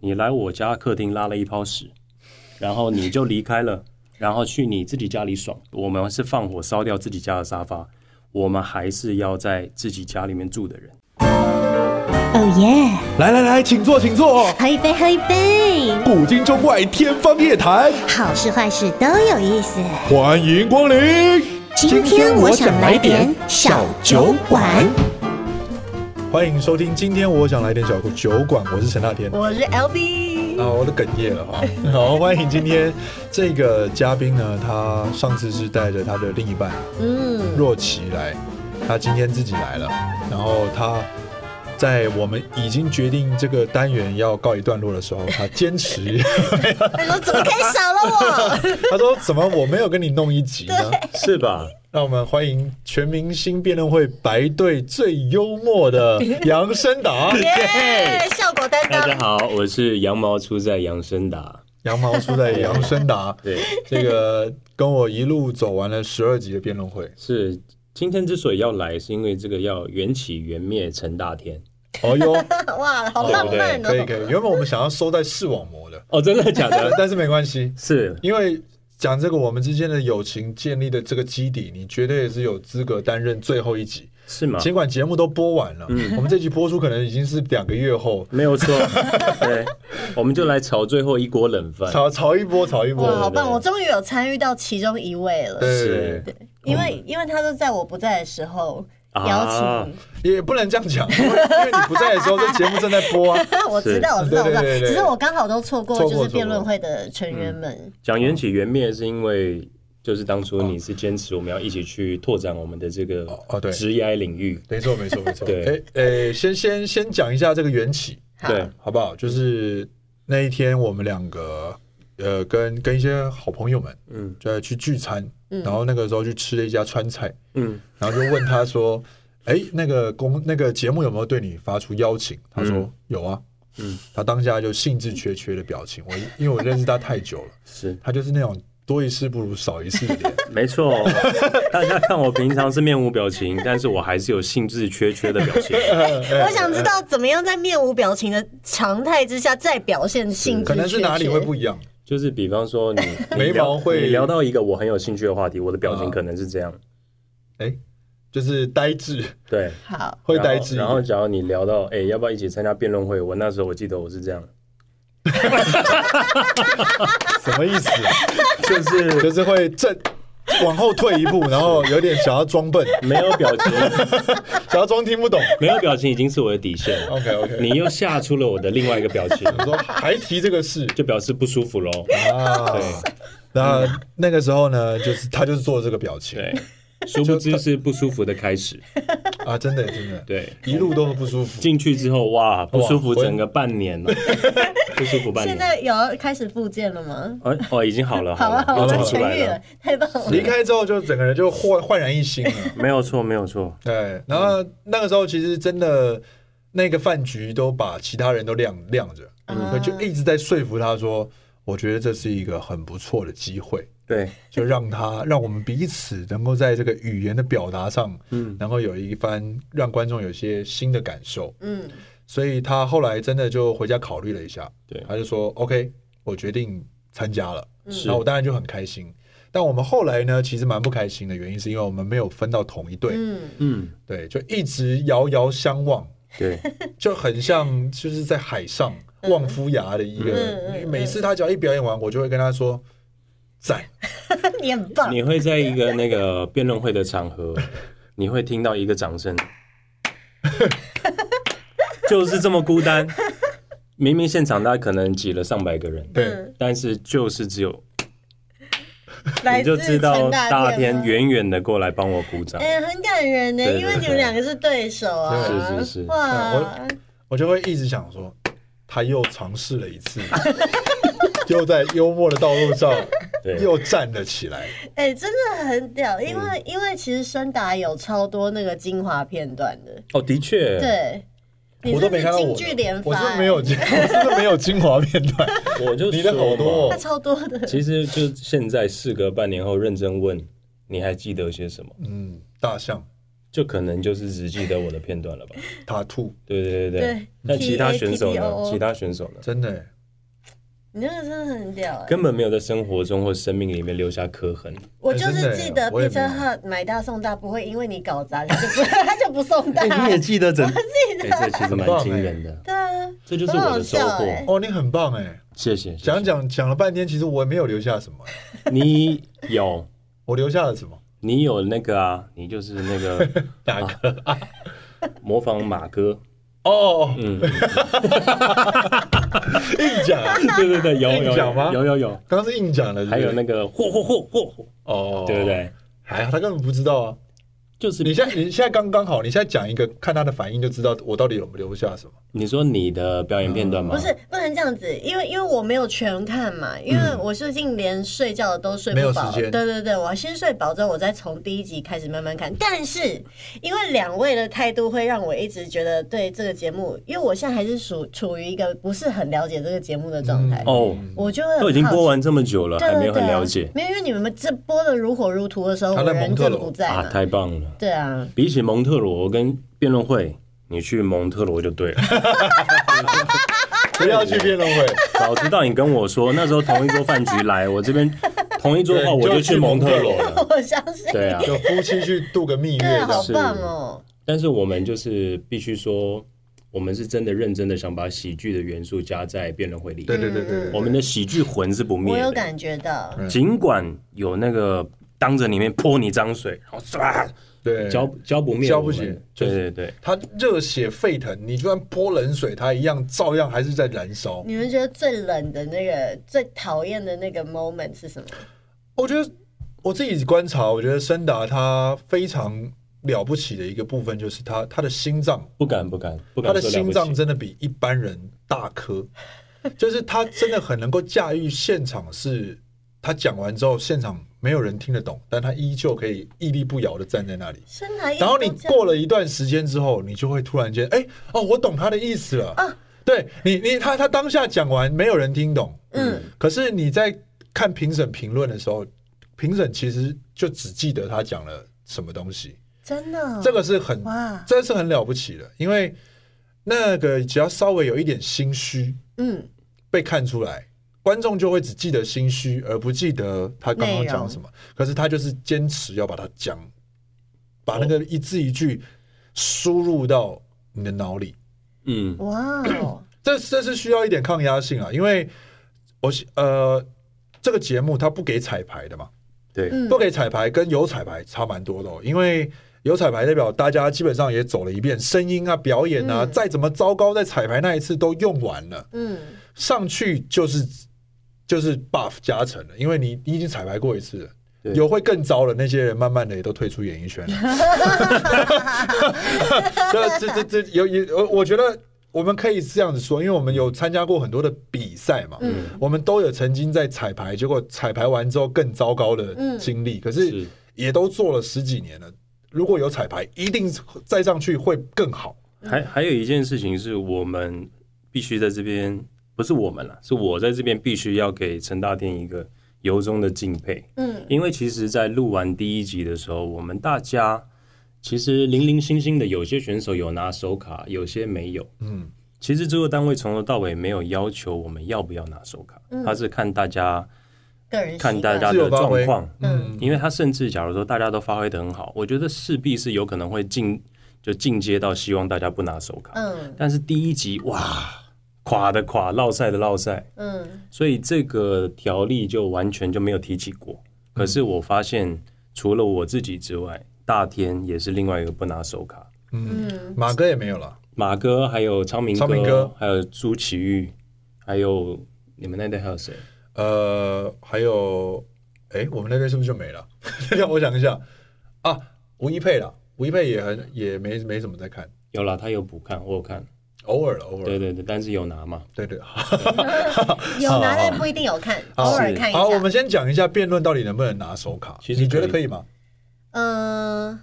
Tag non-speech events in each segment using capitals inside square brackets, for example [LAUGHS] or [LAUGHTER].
你来我家客厅拉了一泡屎，然后你就离开了，然后去你自己家里爽。我们是放火烧掉自己家的沙发，我们还是要在自己家里面住的人。哦耶！来来来，请坐，请坐。喝一杯，喝一杯，古今中外，天方夜谭，好事坏事都有意思。欢迎光临。今天我想来点小酒馆。欢迎收听，今天我想来点小酒馆，我是陈大天。我是 LB，啊，我都哽咽了哈。 [LAUGHS] 好，欢迎今天这个嘉宾呢，他上次是带着他的另一半嗯，若琪来，他今天自己来了，然后他。在我们已经决定这个单元要告一段落的时候，他坚持他说哎怎么可以 [LAUGHS] 少了我？ [LAUGHS] 他说：“怎么我没有跟你弄一集呢是吧？？”让我们欢迎全明星辩论会白队最幽默的 [LAUGHS] 杨生达。耶，效果担大家当，好，我是羊毛出在羊身打。羊毛出在杨生 [LAUGHS] 达，对，这个跟我一路走完了十二集的辩论会。是今天之所以要来，是因为这个要缘起缘灭陈大天。哦哟，哇，好对不 [LAUGHS] 浪对？漫可以哦！可以。原本我们想要收在视网膜的，哦，真的假呃的？但是没关系， [LAUGHS] 是因为讲这个我们之间的友情建立的这个基底，你绝对也是有资格担任最后一集。是啊吗？尽管节目都播完了，我们这集播出可能已经是两个月后，没 [LAUGHS] 有错，对，我们就来炒最后一锅冷饭。炒炒一波，炒一波。哇，好棒！我终于有参与到其中一位了，对，因为因为他都在我不在的时候啊邀请，也不能这样讲，因为因为你不在的时候，这节目正在播啊。我知道，我知道，我对知道，对对对只是我刚好都错过错过嗯就是辩论会的成员们，讲缘起缘灭，是因为就是当初你是坚持我们要一起去拓展我们的这个哦对职业领域，没错，没错，没错。对诶诶，先先先讲一下这个缘起，好对，好不好？就是那一天我们两个，呃，跟跟一些好朋友们，嗯就在去聚餐，嗯然后那个时候去吃了一家川菜，嗯，然后就问他说：“哎、那个公那个节目有没有对你发出邀请？”他说：“有啊。”嗯，他当下就兴致缺缺的表情，我因为我认识他太久了，是他就是那种多一事不如少一事的 [LAUGHS] 脸。没错。 [LAUGHS] 大家看我平常是面无表情，但是我还是有兴致缺缺的表 [LAUGHS] 情。我想知道怎么样在面无表情的常态之下再表现性致可能是哪里会不一样？就是比方 [LAUGHS] 说你你眉毛聊会你聊到一个我很有兴趣的话题，我的表情可能是这样，哎、就是呆滞，对，好？会然后呆滞一点。然后假如你聊到哎、要不要一起参加辩论会？我那时候我记得我是这 [LAUGHS] 样，什么意思、啊？就是 [LAUGHS] 就是会正往后退 [LAUGHS] 一步，然后有点想要装笨，没有表情，想要装听不懂。没有表情已经是我的底线了。[LAUGHS] OK OK，你又吓出了我的另外一个表情，说还提这个事就表示不舒服 [LAUGHS] 喽。啊？那那个时候呢，就是他就是做这个表情对，殊不知是不舒服的开始。啊，真的真的，对，一路都是不舒服。进去之后哇，不舒服我整个半年了， [LAUGHS] 不舒服半现年。在有要开始复健了吗？哦哦，已经好了，好了了，好又了，长出痊来愈了了。，太棒了！离开之后，就整个人就焕焕然一新了。没有错，没有错，对，然后那个时候其实真的那个饭局都把其他人都晾晾着，所以就一直在说服他说，我觉得这是一个很不错的机会。对，就让他让我们彼此能够在这个语言的表达上，嗯，能够有一番让观众有一些新的感受。嗯，所以他后来真的就回家考虑了一下，对他就说 OK，我决定参加了。是然后我当然就很开心。但我们后来呢，其实蛮不开心的原因是因为我们没有分到同一队，嗯，嗯，对，就一直遥遥相望， [LAUGHS] 对，就很像就是在海上望夫崖的一个。嗯嗯嗯每次他只要一表演完，我就会跟他说赞，嗯你很棒，你会在一个那个辩论会的场 [LAUGHS] 合，你会听到一个掌声， [LAUGHS] 就是这么孤单。明明现场大家可能挤了上百个人，对。 [LAUGHS] 嗯但是就是只有来你就自知道陈大天天吗。远远的过来帮我鼓掌。哎、很感人呢，对对因为你们两个是对手啊，对是是是哇，我就会一直想说，他又尝试了一次， [LAUGHS] 又在幽默的道路上对又站了起来。哎、真的很屌，因为、因为其实申达有超多那个精华片段的，哦，的确，对，你我都没看到是我京剧的连，发、欸我是没有精， [LAUGHS] 我真的没有精华片段。我就你的说好多嘛他超多的，其实就现在，事隔半年后认真问，你还记得些什么？嗯，大象，就可能就是只记得我的片段了 [LAUGHS] 吧？塔兔，对对对对但其他选手 TAPPOO 呢？其他选手呢？真的欸你那个真的很屌哎、根本没有在生活中或生命里面留下刻痕。我就哎真的是哎记得我也 Pizza 没 Hut 买大送大，不会因为你搞砸他就不他就不送大。哎、你也记得整？记得哎、这其实蛮惊人的，对啊，这就是我的收很好获笑。哎哦，你很棒哎，谢谢。谢谢讲讲讲了半天，其实我也没有留下什么欸，你有我留下了什么？你有那个啊，你就是那个哪个？模仿马哥，哦，嗯， [LAUGHS] 硬讲啊， [LAUGHS] 对对对，有有硬讲吗有有有有，刚刚是硬讲了，是不还是有那个嚯嚯嚯嚯嚯，哦，对不？对？还好他根本不知道啊。就是你现在你现在刚刚好，你现在讲一个，看他的反应就知道我到底有没有留下什么。你说你的表演片段吗？不是不能这样子，因为因为我没有全看嘛，因为我最近连睡觉都睡不没有饱。时对间对对，我要先睡饱之后，我再从第一集开始慢慢看。但是因为两位的态度会让我一直觉得对这个节目，因为我现在还是属处于一个不是很了解这个节目的状态，哦，我就会很都已经好奇播完这么久了，对还没有对很对啊了解没有，因为你们这播的如火如荼的时候，他在我人蒙特正罗不在啊！嘛。太棒了！对啊， [LAUGHS] 比起蒙特罗跟辩论会，你去蒙特罗就对 [LAUGHS] 了。不要去辩论会，早知道你跟我说，那时候同一桌饭局来，我这边 [LAUGHS] 同一桌的话，对我就就去去蒙特罗了。我相信。对啊，就夫妻去度个蜜月对，啊这样好棒哦！但是我们就是必须说，我们是真的认真的想把喜剧的元素加在辩论会里。对对对对对，我们的喜剧魂是不我灭有的，感觉到，嗯尽管有那个当着你面泼你脏水，然后唰对浇浇不灭浇我们，不起就对是对对，他热血沸腾，你就算泼冷水，他一样照样还是在燃烧。你们觉得最冷的那个、最讨厌的那个 moment 是什么？我觉得我自己观察，我觉得申达他非常了不起的一个部分就是他他的心脏，不敢不敢不他敢的说了心不脏起。真的比一般人大颗， [LAUGHS] 就是他真的很能够驾驭现场是。他讲完之后，现场没有人听得懂，但他依旧可以屹立不摇的站在那里。生来一直然后你都这样过了一段时间之后，你就会突然间，哎、哦，我懂他的意思了。啊对你，你他他当下讲完，没有人听懂。嗯，可是你在看评审评论的时候，评审其实就只记得他讲了什么东西，真的哦这个是很，哇，这是很了不起的，因为那个只要稍微有一点心虚嗯，被看出来。观众就会只记得心虚，而不记得他刚刚讲什么。可是他就是坚持要把它讲，把那个一字一句输入到你的脑里。嗯，哇 [COUGHS] 哦，这这是需要一点抗压性啊，因为我呃，这个节目它不给彩排的嘛，对，嗯不给彩排跟有彩排差蛮多的、哦，因为有彩排代表大家基本上也走了一遍，声音啊、表演啊，嗯再怎么糟糕，在彩排那一次都用完了，嗯，上去就是就是 buff 加成了，因为你你已经彩排过一次了。对有会更糟的那些人，慢慢的也都退出演艺圈了。这这这这有有，我我觉得我们可以这样子说，因为我们有参加过很多的比赛嘛，嗯我们都有曾经在彩排，结果彩排完之后更糟糕的经历，可是是也都做了十几年了。如果有彩排，一定再上去会更好。还还有一件事情是我们必须在这边，不是我们了，是我在这边必须要给陈大天一个由衷的敬佩。嗯，因为其实，在录完第一集的时候，我们大家其实零零星星的，有些选手有拿手卡，有些没有。嗯，其实制作单位从头到尾没有要求我们要不要拿手卡，他是看大家个嗯人习惯看大家自由的发挥状况，嗯，因为他甚至假如说大家都发挥得很好，我觉得势必是有可能会进就进阶到希望大家不拿手卡。嗯但是第一集哇，垮的垮，落赛的落赛， [LAUGHS] 嗯所以这个条例就完全就没有提起过。可是我发现，除了我自己之外，大天也是另外一个不拿手卡，嗯，马哥也没有了，马哥还有昌明哥，昌明哥还有朱启玉，还有你们那队还有谁？呃，还有，哎，我们那边是不是就没了？ [LAUGHS] 让我想一下啊，吴一佩了，吴一佩也很也没没怎么在看，有啦，他有补看，我有看，偶尔了，偶尔对了，对对，但是有拿嘛。对对。好有拿但不一定有看，好偶尔看一下。好，我们先讲一下辩论到底能不能拿手卡，其实你觉得可可以以吗？嗯，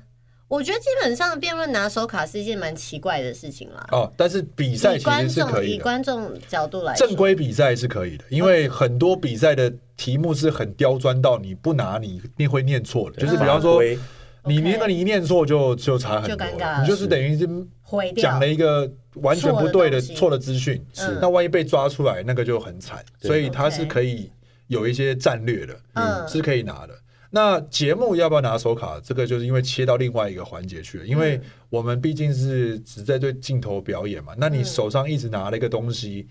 我觉得基本上辩论拿手卡是一件蛮奇怪的事情啦。哦，但是比赛以其观实是可众以以的，观众角度来说，正规比赛是可以的，因为很多比赛的题目是很刁钻到你不拿你你会念错的，就是比方法说规你那个 OK 你一念错就就差很就多尴尬了了，你就是等于是毁掉讲了一个完全不对的错的东西嗯错的资讯，是那万一被抓出来，那个就很惨。对所以它是 OK 可以有一些战略的，嗯是可以拿的。那节目要不要拿手卡？这个就是因为切到另外一个环节去了，因嗯为我们毕竟是只在对镜头表演嘛。那你手上一直拿了一个东西，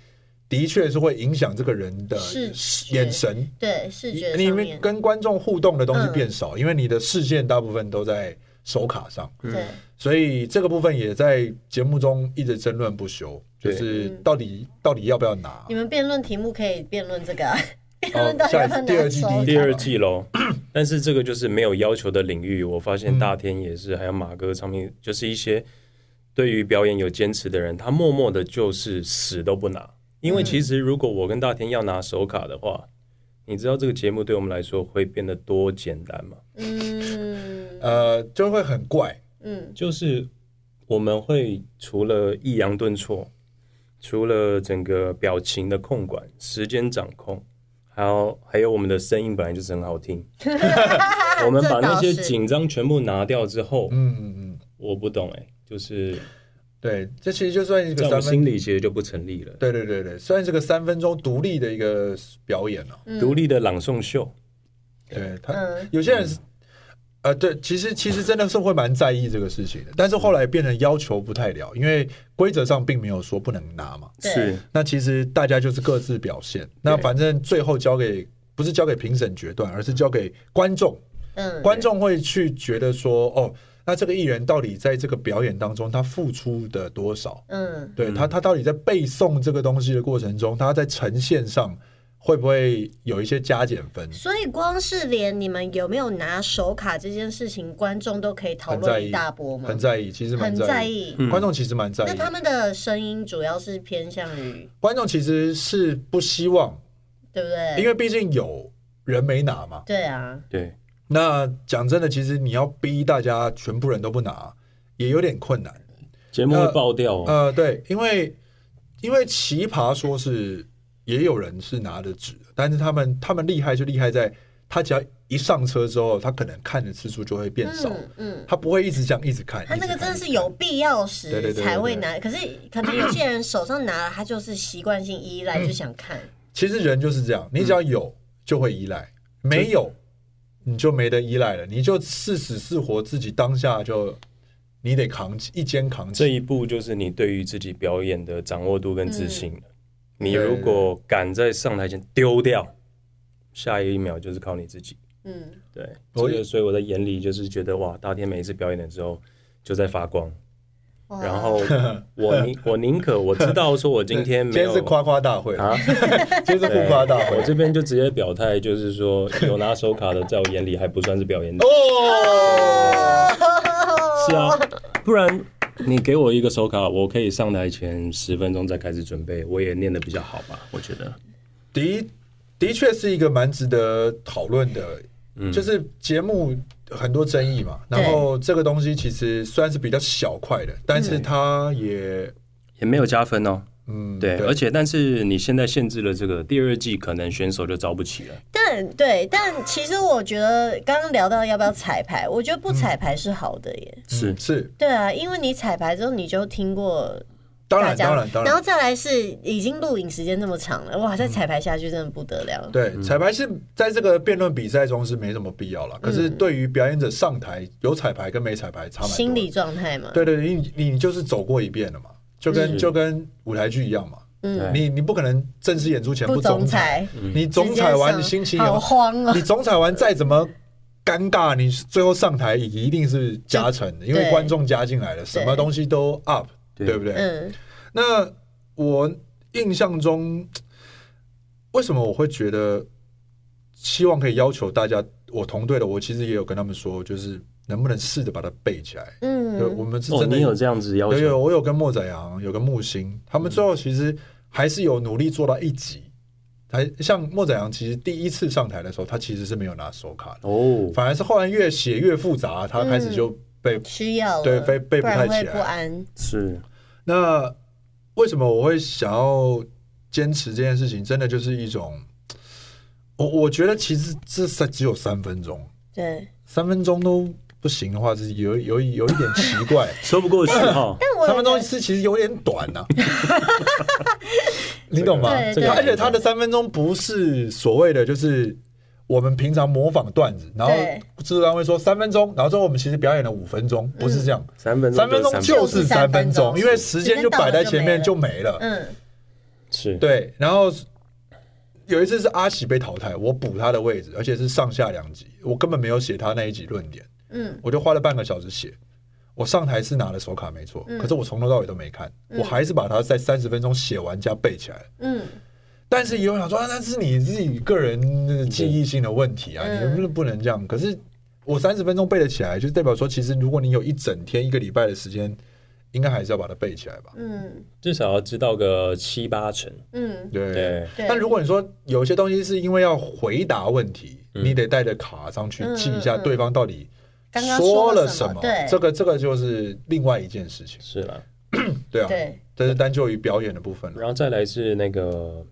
的确是会影响这个人的视觉眼神，对视觉你上们面，跟观众互动的东西嗯变少，因为你的视线大部分都在手卡上。对，嗯所以这个部分也在节目中一直争论不休，就对是到底到底要不要拿你？们辩论题目可以辩论这个啊，辩 [LAUGHS] 哦论到底下要一不要次第二拿季手第一卡集第二季喽，但是这个就是没有要求的领域，我发现大天也是，还有马哥唱片，就是一些对于表演有坚持的人，他默默的就是死都不拿。因为其实如果我跟大天要拿手卡的话，你知道这个节目对我们来说会变得多简单吗？嗯呃，就会很怪，嗯，就是我们会除了抑扬顿挫，除了整个表情的控管、时间掌控，还有还有我们的声音本来就是很好听， [LAUGHS] 我们把那些这倒是紧张全部拿掉之后，嗯嗯嗯，我不懂哎、就是对，这其实就算一在个我们三心分，里其实就不成立了。对对对对，算是个三分钟独立的一个表演了、啊独立的朗诵秀，对他、嗯有些人是，呃，对，其实其实真的是会蛮在意这个事情的，但是后来变成要求不太嗯了，因为规则上并没有说不能拿嘛。对是那其实大家就是各自表现，那反正最后交给不是交给评审决断，而是交给观众。嗯，观众会去觉得说，哦，那这个艺人到底在这个表演当中他付出的多少？嗯对他，他到底在背诵这个东西的过程中，他在呈现上会不会有一些加减分？所以光是连你们有没有拿手卡这件事情，观众都可以讨很在论意一大波吗很？在意，其实蛮很在意。意。观众其实蛮在那意，他们的声音主要是偏向于，观众其实是不希望，对不对？因为毕竟有人没拿嘛。对啊，对，那讲真的，其实你要逼大家全部人都不拿，也有点困难。节目会爆掉、哦呃，对，因为因为奇葩说是也有人是拿着纸的，但是他们他们厉害就厉害在，他只要一上车之后，他可能看的次数就会变少，嗯嗯，他不会一直这样一直看。啊他那一个直看真的是有，必要对对时对对才会拿，可是可能有些人手上拿了，他就是习惯性依赖，嗯就想看。其实人就是这样，你只要有就会依赖，没有你就没得依赖了，你就是死是活自己当下就你得扛起一肩扛这起。一步就是你对于自己表演的掌握度跟自信了。你对如果敢在上台前丢掉，下一秒就是靠你自己。嗯，对，这我个所以我的眼里就是觉得哇，大天每一次表演的时候就在发光。哇 [LAUGHS] 然后我宁我宁可我知道说我今天没今天有是夸夸大会， [LAUGHS] 啊，今天是互夸大我会。这边就直接表态，就是说有拿手卡的，在我眼里还不算是表演者。哦，是 [LAUGHS] 啊，不然你给我一个手卡，我可以上台前十分钟再开始准备，我也念得比较好吧？我觉得的的确是一个蛮值得讨论的，嗯就是节目很多争议嘛。对然后这个东西其实虽然是比较小块的，但嗯是它也也没有加分哦。嗯，对，而且但是你现在限制了这个第二季，可能选手就招不起了。嗯但对，但其实我觉得刚刚聊到要不要彩排，我觉得不彩排是好的耶。嗯是是对啊，因为你彩排之后你就听过当大然家，当然当然后然，再来是已经录影时间这么长了，哇，再彩排下去真的不得了。嗯对彩排是在这个辩论比赛中是没什么必要了。可是嗯对于表演者上台有彩排跟没彩排差蛮多的。心理状态嘛，对对对，你你就是走过一遍了嘛，就跟是就跟舞台剧一样嘛。对嗯嗯你你不可能正式演出前不总总彩，彩，你总彩完你心情也好慌 [LAUGHS] 哦你。总彩完再怎么尴尬，你最后上台也一定是加成的，因为对观众加进来了，什么东西都 up，对对不对？嗯，那我印象中，为什么我会觉得希望可以要求大家，我同队的，我其实也有跟他们说，就是能不能试着把它背起来。嗯对，我们是哦，真的你有这样子要有有，求？我有跟莫仔阳，有跟木星，他们最后其实还是有努力做到一级。还像莫仔阳，其实第一次上台的时候，他其实是没有拿手卡的，哦，反而是后来越写越复杂，他开始就被、需要了对被被不不太然起来会不安。是那为什么我会想要坚持这件事情？真的就是一种，我我觉得其实这才只有三分钟，对，三分钟都不行的话，就是有有有一点奇怪。说不过去哈。但我三分钟有一一个次其实有点 [LAUGHS] 短呐、你懂吗？对这个对而且他的三分钟不是所谓的就是我们平常模仿段子，然后对制作单位说三分钟，然后最后我们其实表演了五分钟，不是这样。三分钟 [LAUGHS] 三分钟就就是是三分就是三分钟，钟因为时间就摆在前面时间就到没了。嗯，是对，然后有一次是阿喜被淘汰，我补他的位置，而且是上下两集，我根本没有写他那一集论点，嗯，我就花了半个小时写。我上台是拿了手卡没错，嗯可是我从头到尾都没看，我还是把它在三十分钟写完加背起来。嗯，但是也有人想说，啊，那是你自己个人的记忆性的问题啊，嗯你能不能不能这样？可是我三十分钟背得起来，就代表说，其实如果你有一整天、一个礼拜的时间，应该还是要把它背起来吧。嗯，至少要知道个七八成。嗯，对。对，对。但如果你说有些东西是因为要回答问题，嗯你得带着卡上去嗯记一下嗯嗯对方到底刚刚说说了了什什么么，对这个这个就是另外一件事情，是啦。对啊，对这是单就于表演的部分了。然后再来是那个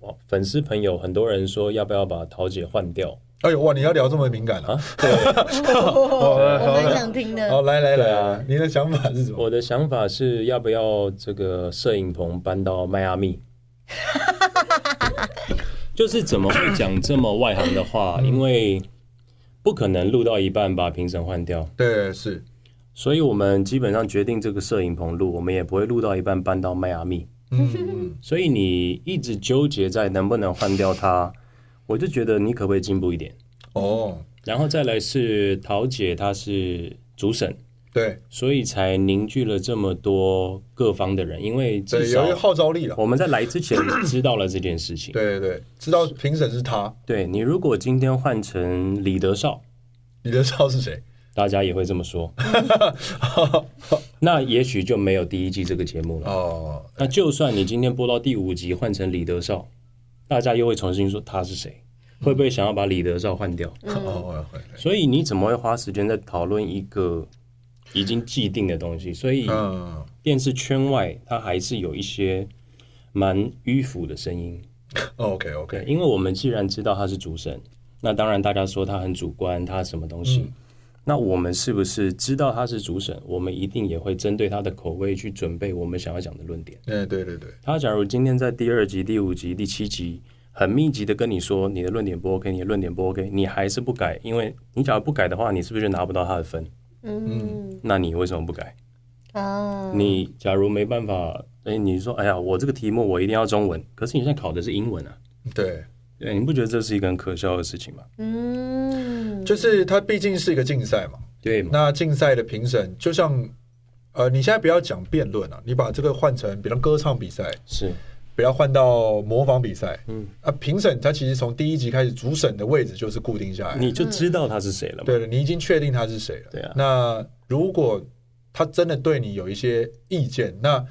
哇粉丝朋友，很多人说要不要把桃姐换掉？哎呦哇，你要聊这么敏感啊？哦我蛮想听的。哦，来来对来啊来，你的想法是什么？我的想法是要不要这个摄影棚搬到迈阿密？ [LAUGHS] 就是怎么会讲这么外行的话？因为不可能录到一半把评审换掉，对，是，所以我们基本上决定这个摄影棚录，我们也不会录到一半搬到迈阿密。嗯嗯，所以你一直纠结在能不能换掉它，我就觉得你可不可以进步一点？哦，然后再来是桃姐，她是主审，对所以才凝聚了这么多各方的人，因为至对，有一个少号召力了。我们在来之前知道了这件事情。对对对，知道评审是他，对你如果今天换成李德少，你的知道是谁？大家也会这么 [LAUGHS] 说，那也许就没有第一季这个节目了。哦，那就算你今天播到第五集换成李德少，大家又会重新说他是谁，会不会想要把李德少换掉？嗯哦，会会所以你怎么会花时间在讨论一个已经既定的东西？所以嗯，电视圈外，它还是有一些蛮迂腐的声音。 OK 对， OK，因为我们既然知道他是主审，那当然大家说他很主观，他什么东西。那我们是不是知道他是主审？我们一定也会针对他的口味去准备我们想要讲的论点。嗯，对对对，他假如今天在第二集、第五集、第七集很密集的跟你说你的论点不 OK，你的论点不 OK，你还是不改，因为你假如不改的话，你是不是就拿不到他的分？嗯那你为什么不改？啊，你假如没办法，哎，你说，哎呀，我这个题目我一定要中文，可是你现在考的是英文啊，对，对，你不觉得这是一个很可笑的事情吗？嗯，就是它毕竟是一个竞赛嘛。对嘛？那竞赛的评审就像，呃，你现在不要讲辩论啊，你把这个换成，比如歌唱比赛，是不要换到模仿比赛。嗯，啊，评审他其实从第一集开始，主审的位置就是固定下来。你就知道他是谁了嘛？对了，你已经确定他是谁了。对啊那如果他真的对你有一些意见，那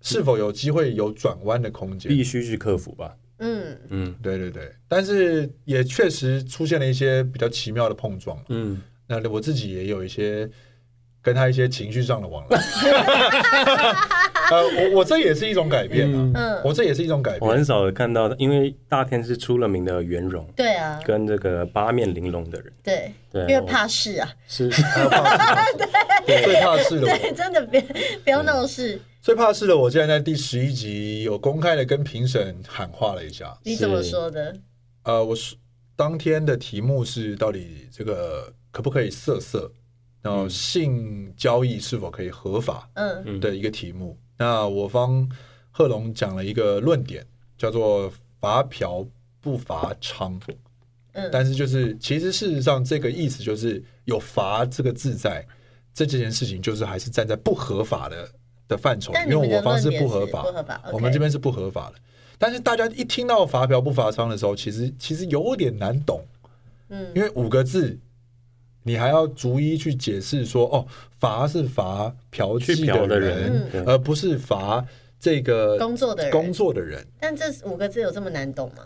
是否有机会有转弯的空间？必须去克服吧。嗯嗯对对对，但是也确实出现了一些比较奇妙的碰撞。啊嗯，那我自己也有一些跟他一些情绪上的往来。呃，我我这也是一种改变啊，嗯，我这也是一种改我变。很少看到，因为大天是出了名的圆融对啊，跟这个八面玲珑的人，对，对，因为我怕事啊， [LAUGHS] [LAUGHS] 是还有怕事啊 [LAUGHS] 最怕事的我，对，真的别不要闹事。最怕事的我，竟然在第十一集有公开的跟评审喊话了一下。你怎么说的？呃，我是当天的题目是到底这个可不可以色色，然后性交易是否可以合法嗯的一个题目。那我方贺龙讲了一个论点，叫做“罚嫖不罚娼”，嗯但是就是其实事实上这个意思就是有“罚”这个字在，这件事情就是还是站在不合法的的范畴，但因你为们的我方是论点不合是法，不合法我们 OK 这边是不合法的。但是大家一听到罚嫖不罚娼的时候，其实其实有点难懂，嗯因为五个字，你还要逐一去解释说，哦，罚是罚嫖去妓嫖的人人，嗯而不是罚这个工作的人工作的人。但这五个字有这么难懂吗？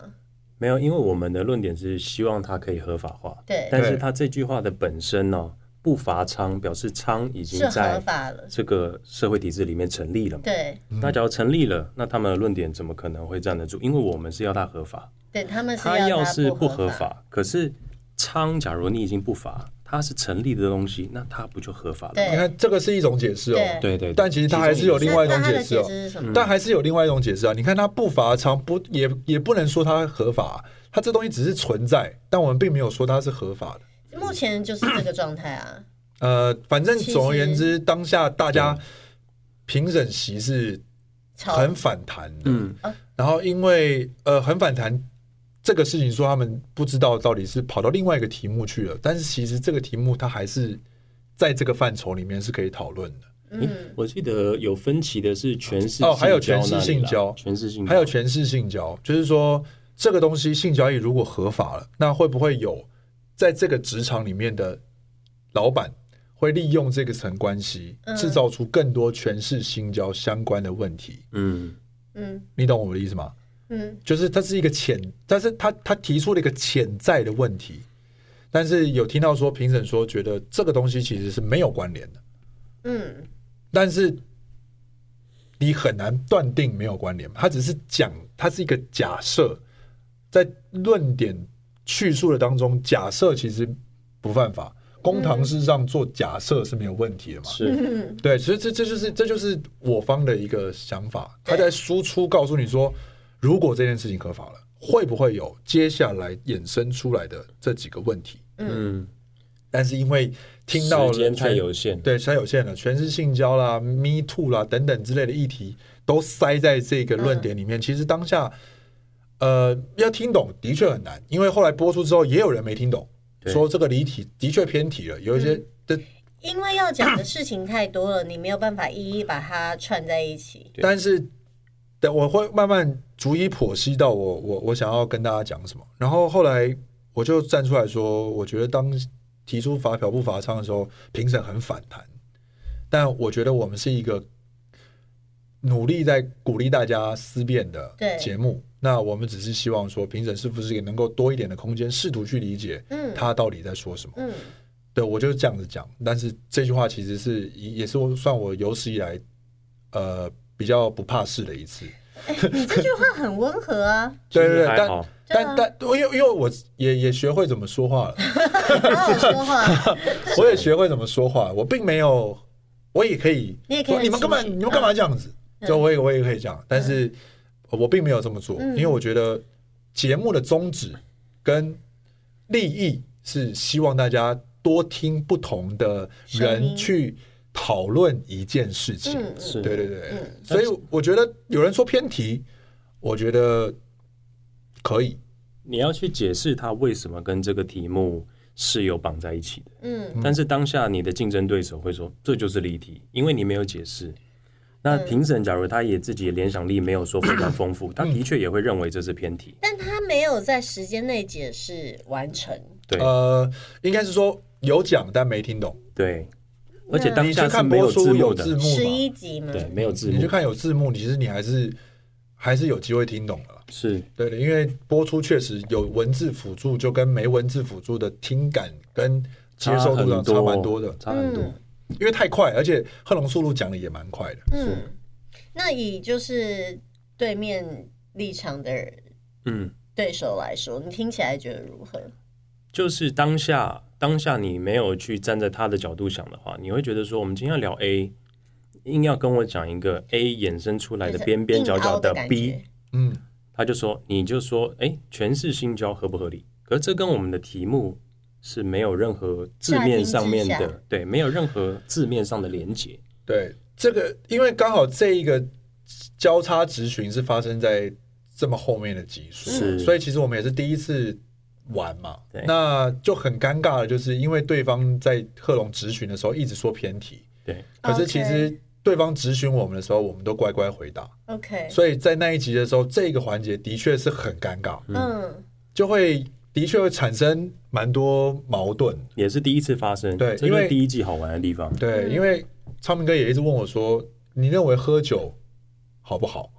没有，因为我们的论点是希望它可以合法化，对但是它这句话的本身呢、不罚娼，表示娼已经是合在法了，这个社会体制里面成立了嘛。对那假如成立了，那他们的论点怎么可能会站得住？因为我们是要它合法，对，他们是它要它是不合法，法，可是娼，假如你已经不罚，它是成立的东西，那它不就合法了对吗？你看，这个是一种解释哦，对对对，对但其实它还是有另外一种那他解的释解哦释。是什么？但还是有另外一种解释啊。你看它不罚偿，不也也不能说它合法，啊它这东西只是存在，但我们并没有说它是合法的。目前就是这个状态啊。呃，反正其实总而言之，当下大家评审席是吵很反弹的，嗯，然后因为呃很反弹这个事情，说他们不知道到底是跑到另外一个题目去了，但是其实这个题目它还是在这个范畴里面是可以讨论的。诶我记得有分歧的是全市哦还有全市市性交全市性交，还有全是性交，就是说这个东西性交易如果合法了，那会不会有在这个职场里面的老板会利用这个层关系，制造出更多权势性交相关的问题？嗯嗯你懂我的意思吗？嗯，就是它是一个潜，但是他他提出了一个潜在的问题，但是有听到说评审说觉得这个东西其实是没有关联的，嗯，但是你很难断定没有关联，它只是讲，它是一个假设，在论点叙述的当中，假设其实不犯法，公堂之上做假设是没有问题的嘛？是对，其实这这就是这就是我方的一个想法，他对在输出告诉你说，如果这件事情合法了，会不会有接下来衍生出来的这几个问题？嗯，但是因为听到了时间太全有限，对太有限了，全是性交啦、Me Too 啦等等之类的议题都塞在这个论点里面，其实当下呃要听懂的确很难，因为后来播出之后也有人没听懂，对说这个离题的确偏题了，有一些的因为要讲的事情太多了，你没有办法一一把它串在一起。对但是等我会慢慢逐一剖析到我我我想要跟大家讲什么。然后后来我就站出来说，我觉得当提出罚嫖不罚娼的时候，评审很反弹，但我觉得我们是一个努力在鼓励大家思辨的对节目。那我们只是希望说，评审是不是也能够多一点的空间，试图去理解嗯他到底在说什么。嗯对我就是这样子讲，但是这句话其实是也是我算我有史以来呃比较不怕事的一次。 [LAUGHS] 你这句话很温和 [LAUGHS] 啊，其实对对对，还但好但但因为因为我也也学会怎么说话了，好好说话。 [LAUGHS] 我也学会怎么说话，我并没有，我也可以，你也可以说你们干嘛很情绪嗯你们干嘛这样子？就我也我也可以这样，但是我并没有这么嗯做，因为我觉得节目的宗旨跟利益是希望大家多听不同的声人音去讨论一件事情。嗯是对对对，所以我觉得有人说偏题，我觉得可以，你要去解释它为什么跟这个题目是有绑在一起的。嗯但是当下你的竞争对手会说这就是离题，因为你没有解释。那评审假如他也自己的联想力没有说非常丰嗯富，他的确也会认为这是偏题。但他没有在时间内解释完成。对呃，应该是说有讲但没听懂。对，而且当你去下是看没播字出幕有的，字幕十嘛？一集嘛，对，没有字你去幕看有字幕，其实你还是还是有机会听懂的啦。是对的，因为播出确实有文字辅助，就跟没文字辅助的听感跟接受度上差蛮多的，差很嗯多。因为太快，而且贺龙速度讲的也蛮快的。嗯，那以就是对面立场的嗯，对手来说，你听起来觉得如何？就是当下当下你没有去站在他的角度想的话，你会觉得说我们今天要聊 A，硬要跟我讲一个 A 衍生出来的边边角角的 B，嗯，他就说你就说哎，全是新交合不合理？可是这跟我们的题目是没有任何字面上面乍听之的对，没有任何字面上的连接。对，这个因为刚好这一个交叉直询是发生在这么后面的集数，是所以其实我们也是第一次玩嘛对，那就很尴尬的，就是因为对方在贺龙直询的时候一直说偏题，对，可是其实对方质询我们的时候，我们都乖乖回答， OK，所以在那一集的时候，这个环节的确是很尴尬，嗯，就会的确会产生蛮多矛盾。也是第一次发生，对这因就为是第一季好玩的地方。嗯对，因为昌明哥也一直问我说，你认为喝酒好不好？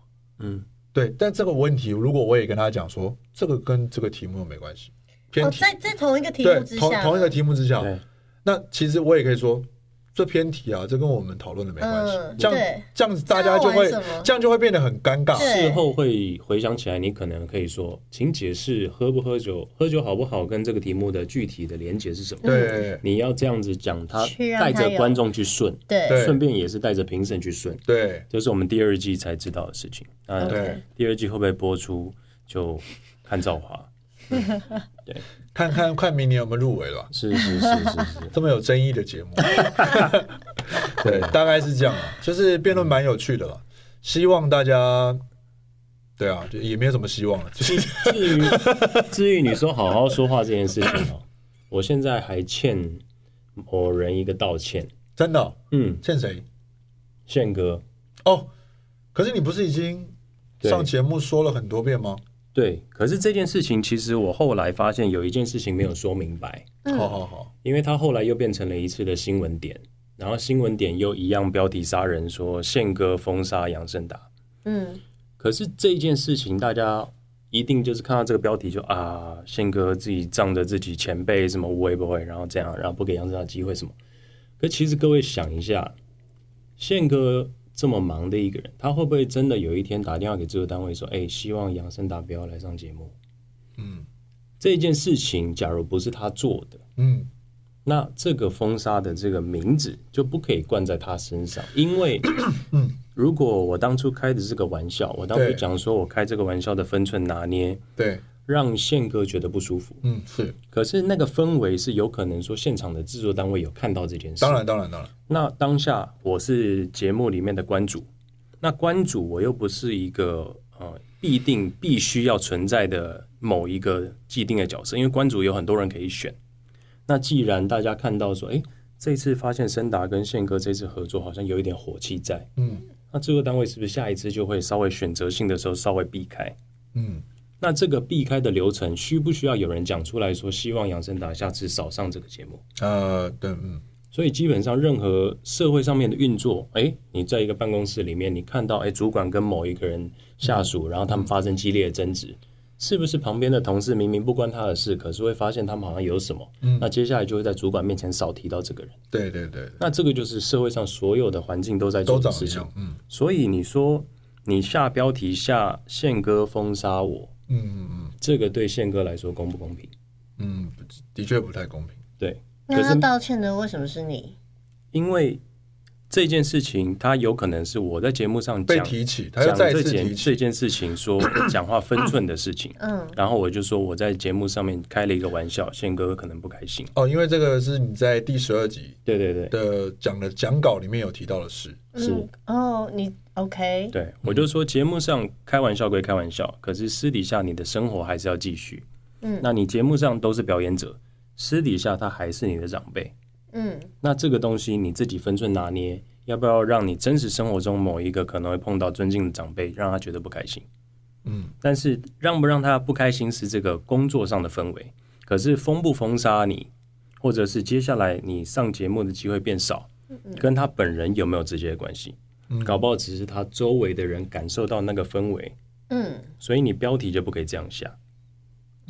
嗯，对，但这个问题如果我也跟他讲说，这个跟这个题目又没关系，偏哦，题，在在同一个题对目之，同下，同一个题目之下，对，那其实我也可以说，这偏题啊，这跟我们讨论的没关系嗯。这样对这样子大家就会这样玩什么这样就会变得很尴尬。对事后会回想起来，你可能可以说，请解释喝不喝酒、喝酒好不好跟这个题目的具体的连结是什么。对你要这样子讲，他去让带他着有观众去顺，对对顺便也是带着评审去顺，对这是我们第二季才知道的事情。那对，第二季会不会播出，就看造化。看看看明年有没有入围了，是是是是是，这么有争议的节目。对，大概是这样啊，就是辩论蛮有趣的了，希望大家。对啊，就也没有什么希望了，就是至于 [LAUGHS] 至于你说好好说话这件事情哦，我现在还欠某人一个道歉。真的哦嗯，欠谁？宪哥，哦，可是你不是已经对上节目说了很多遍吗？对，可是这件事情其实我后来发现有一件事情没有说明白，好好好，因为他后来又变成了一次的新闻点，然后新闻点又一样标题杀人说宪哥封杀杨胜达，嗯，可是这件事情大家。一定就是看到这个标题就啊，宪哥自己仗着自己前辈什么无微不会，然后这样，然后不给杨振达机会什么。可其实各位想一下，宪哥这么忙的一个人，他会不会真的有一天打电话给制作单位说，哎，希望杨胜达不要来上节目？嗯这件事情假如不是他做的，嗯，那这个封杀的这个名字就不可以冠在他身上，因为嗯如果我当初开的是个玩笑，我当初对讲说我开这个玩笑的分寸拿捏，对，让宪哥觉得不舒服，嗯是，可是那个氛围是有可能说现场的制作单位有看到这件事，当然当然当然，那当下我是节目里面的关主，那关主我又不是一个呃必定必须要存在的某一个既定的角色，因为关主有很多人可以选。那既然大家看到说，诶，这次发现森达跟宪哥这次合作好像有一点火气在，嗯那制作单位是不是下一次就会稍微选择性的时候稍微避开？嗯那这个避开的流程需不需要有人讲出来说，希望杨森达下次少上这个节目？呃对嗯所以基本上任何社会上面的运作，哎，你在一个办公室里面，你看到哎主管跟某一个人下属，嗯然后他们发生激烈的争执，是不是旁边的同事明明不关他的事，可是会发现他们好像有什么？嗯那接下来就会在主管面前少提到这个人。对对对，对那这个就是社会上所有的环境都在做都的长事一情样。，嗯所以你说你下标题下宪哥封杀我，嗯嗯这个对宪哥来说公不公平？嗯嗯，不的确不太公平，对，那可他是道歉的为什么是你？因为这件事情，它有可能是我在节目上被讲。提起，他又讲再这次提件起这，件事情 [CLEARS THROAT] 说讲话分寸的事情，嗯，然后我就说我在节目上面开了一个玩笑，宪哥可能不开心。哦，因为这个是你在第十二集对对对的讲的讲稿里面有提到的事，是嗯哦，你 OK？对，我就说节目上开玩笑归开玩笑，可是私底下你的生活还是要继续。嗯那你节目上都是表演者，私底下他还是你的长辈。嗯，那这个东西你自己分寸拿捏，要不要让你真实生活中某一个可能会碰到尊敬的长辈，让他觉得不开心？嗯，但是让不让他不开心是这个工作上的氛围，可是封不封杀你，或者是接下来你上节目的机会变少，嗯跟他本人有没有直接的关系？嗯搞不好只是他周围的人感受到那个氛围，嗯，所以你标题就不可以这样下。嗯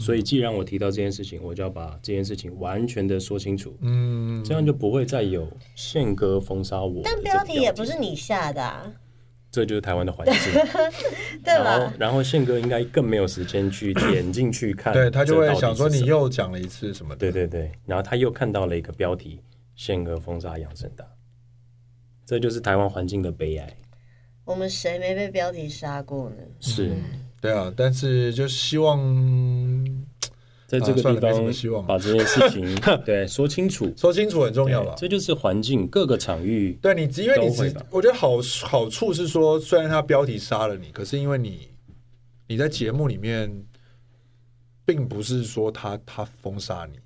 所以，既然我提到这件事情，我就要把这件事情完全的说清楚。嗯，这样就不会再有宪哥封杀我。但标题也不，是你下的啊，这就是台湾的环境。 [LAUGHS] 对然吧后，？然后宪哥应该更没有时间去点进去看，对他就会想说你又又讲了一次什么的，对对对，然后他又看到了一个标题：宪哥封杀杨胜达。这就是台湾环境的悲哀。我们谁没被标题杀过呢？嗯是，对啊，但是就希望在这个啊算地了没什么希方望把这件事情 [LAUGHS] 对说清楚，说清楚很重要吧对，这就是环境各个场域对你只，因为你都会只吧，我觉得好好处是说，虽然它标题杀了你，可是因为你你在节目里面，并不是说他他封杀你，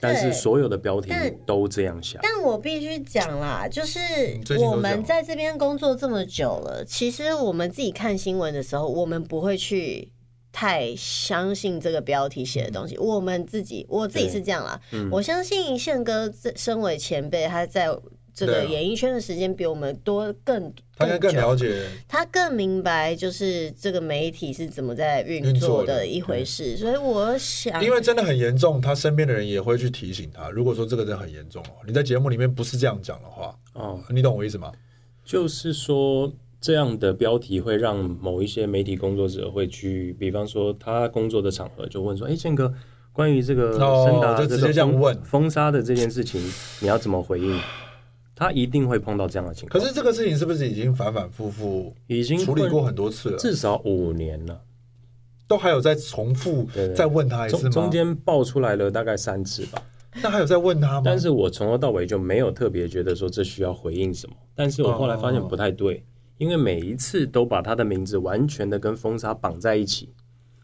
但是所有的标题但都这样想。但我必须讲啦，就是最近都我们讲在这边工作这么久了，其实我们自己看新闻的时候，我们不会去太相信这个标题写的东西。嗯嗯我们自己，我自己是这样啦，我相信宪哥这身为前辈，他在这对个啊演艺圈的时间比我们多更他应该更久了解，他更明白就是这个媒体是怎么在运运作作的的一回事，所以我想，因为真的很严重，他身边的人也会去提醒他。如果说这个人很严重的话，你在节目里面不是这样讲的话，哦，你懂我意思吗？就是说这样的标题会让某一些媒体工作者会去，比方说他工作的场合就问说：“哎，建哥，关于这个哦森达就这直个接这样封问封杀的这件事情，你要怎么回应？”他一定会碰到这样的情可况，是这个事情是不是已经反反复复已经处理混过很多次了？至少五年了，都还有在重复对对再问他一中次吗？中间爆出来了大概三次吧。那还有在问他吗？但是我从头到尾就没有特别觉得说这需要回应什么，但是我后来发现不哦太对，因为每一次都把他的名字完全的跟封杀绑在一起，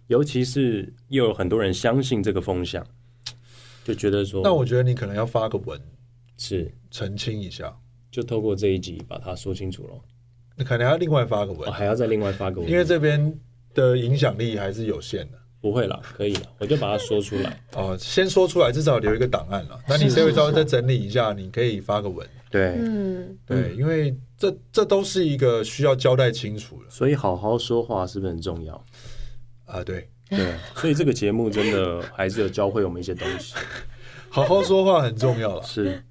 尤其是又有很多人相信这个风向，就觉得说那我觉得你可能要发个文是澄清一下，就透过这一集把它说清楚了，哦你可能要另外发个文我、，还要再另外发给我，因为这边的影响力还是有限的。不会啦，可以了，我就把它说出来，哦，先说出来，至少留一个档案了。那你稍微稍微再整理一下，你可以发个文。对，嗯， [LAUGHS] 对，因为这这都是一个需要交代清楚的所以好好说话是不是很重 [LAUGHS] 要？啊。对，对，所以这个节目真的还是有教会我们一些东西，啊好好说话很重要了。 [LAUGHS] 是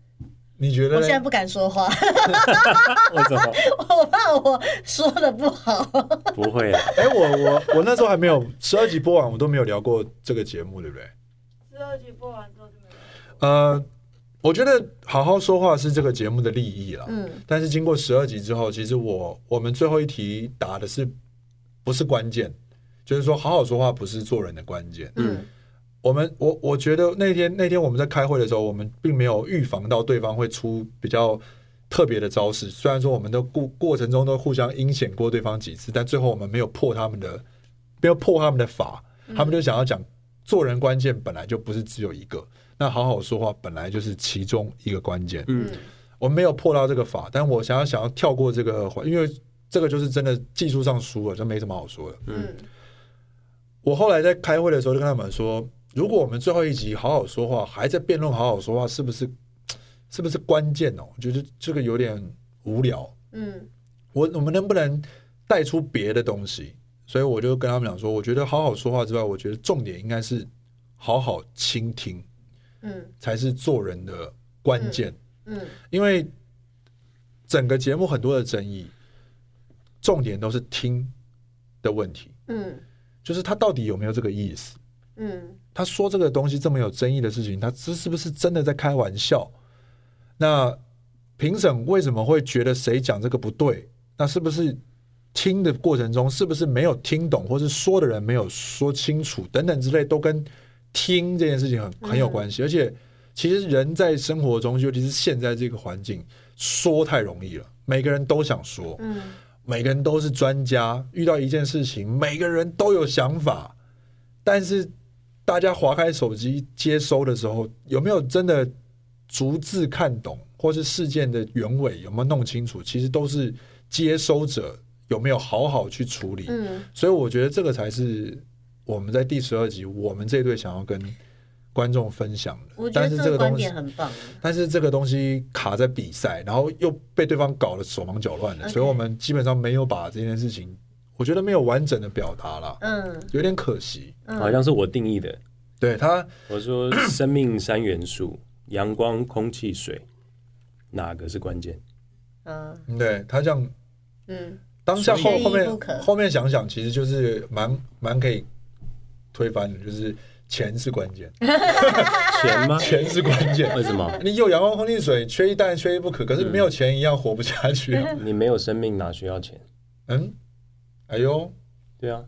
你觉得我现在呢？不敢说话， [LAUGHS] 为什么？我怕我说的不好。不会啦。哎，我我我那时候还没有十二集播完，我都没有聊过这个节目，对不对？十二集播完之后就没有。呃，我觉得好好说话是这个节目的利益啦。嗯，但是经过十二集之后，其实我我们最后一题答的是不是关键，就是说好好说话不是做人的关键。嗯，我们我我觉得那天那天我们在开会的时候，我们并没有预防到对方会出比较特别的招式。虽然说我们的过过程中都互相阴险过对方几次，但最后我们没有破他们的，没有破他们的法。他们就想要讲，做人关键本来就不是只有一个，那好好说话本来就是其中一个关键。嗯，我没有破到这个法，但我想要想要跳过这个环，因为这个就是真的技术上输了，这没什么好说的。嗯，我后来在开会的时候就跟他们说，如果我们最后一集好好说话，还在辩论好好说话，是不是是不是关键哦？我觉得这个有点无聊。嗯，我我们能不能带出别的东西？所以我就跟他们讲说，我觉得好好说话之外，我觉得重点应该是好好倾听嗯，才是做人的关键。嗯，因为整个节目很多的争议，重点都是听的问题，嗯，就是他到底有没有这个意思。嗯，他说这个东西这么有争议的事情，他这是不是真的在开玩笑？那评审为什么会觉得谁讲这个不对？那是不是听的过程中是不是没有听懂，或是说的人没有说清楚等等之类，都跟听这件事情很很有关系。而且，其实人在生活中，尤其是现在这个环境，说太容易了，每个人都想说，嗯，每个人都是专家，遇到一件事情，每个人都有想法，但是大家划开手机接收的时候，有没有真的逐字看懂，或是事件的原委有没有弄清楚？其实都是接收者有没有好好去处理。嗯，所以我觉得这个才是我们在第十二集我们这一队想要跟观众分享我的。觉得但是这这个观东西点，很棒。但是这个东西卡在比赛，然后又被对方搞得手忙脚乱的， OK 所以我们基本上没有把这件事情，我觉得没有完整的表达了，嗯，有点可惜。好像是我定义的。对他，我说生命三元素：阳光、空气、水，哪个是关键？嗯，对他这样嗯，当下后缺一后不可面后面想想，其实就是蛮蛮可以推翻的，就是钱是 [LAUGHS] 关键，钱吗？钱是关 [LAUGHS] 键。为什么？你有阳光、空气、水，缺一但缺一不可。可是没有钱一样活不下 [LAUGHS] 去啊。你没有生命哪需要钱？嗯，哎呦，对啊，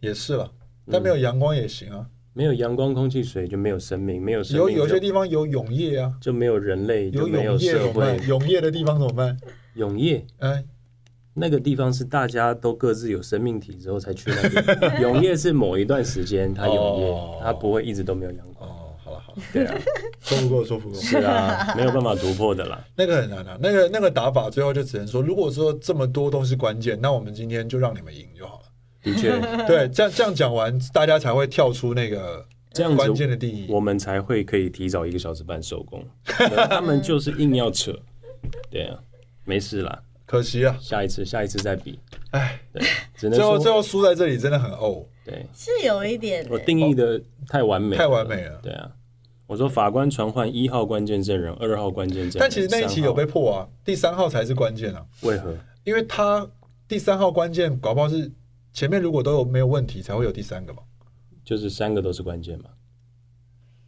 也是了。但没有阳光也行啊，没有阳光、空气、水就没有生命，啊没有生有命有些就地方有永业啊，就没有人类，就没永业怎社么会办？。永业的地方怎么办？永夜哎，那个地方是大家都各自有生命体之后才去那边。 [LAUGHS] 永夜是某一段时间它永哦夜，它不会一直都没有阳光。哦，好了好了，对啊，说不过说不过，是啊，没有办法突破的啦。那个很难啊。那个那个打法最后就只能说，如果说这么多都是关键，那我们今天就让你们赢就好了。的确，对，这样这样讲完，大家才会跳出那个这样子关键的定义。 [LAUGHS] 我们才会可以提早一个小时半收工。他们就是硬要扯，对啊，没事啦，可惜啊，下一次下一次再比。哎，对，只能最后说最后输在这里真的很呕，对是有一点、欸我定义的太完美，太完美了。对啊，我说法官传唤一号关键证人、二号关键证人，但其实那一期有被三破啊，第三号才是关键啊，号为何？因为他第三号关键搞不好是前面如果都有没有问题，才会有第三个嘛。就是三个都是关键嘛。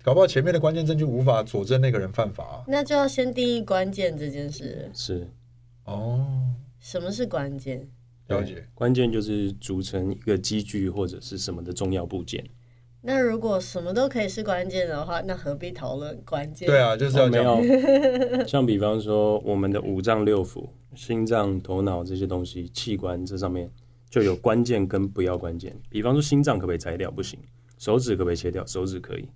搞不好前面的关键证据无法佐证那个人犯法啊、那就要先定义关键这件事，是哦，什么是关键？对了解。关键就是组成一个机具或者是什么的重要部件。那如果什么都可以是关键的话，那何必讨论关键？对，啊，就是要哦没这样。有， [LAUGHS] 像比方说我们的五脏六腑、心脏、头脑这些东西、器官这上面就有关键跟不要关键。比方说心脏可不可以摘掉？不行。手指可不可以切掉？手指可以，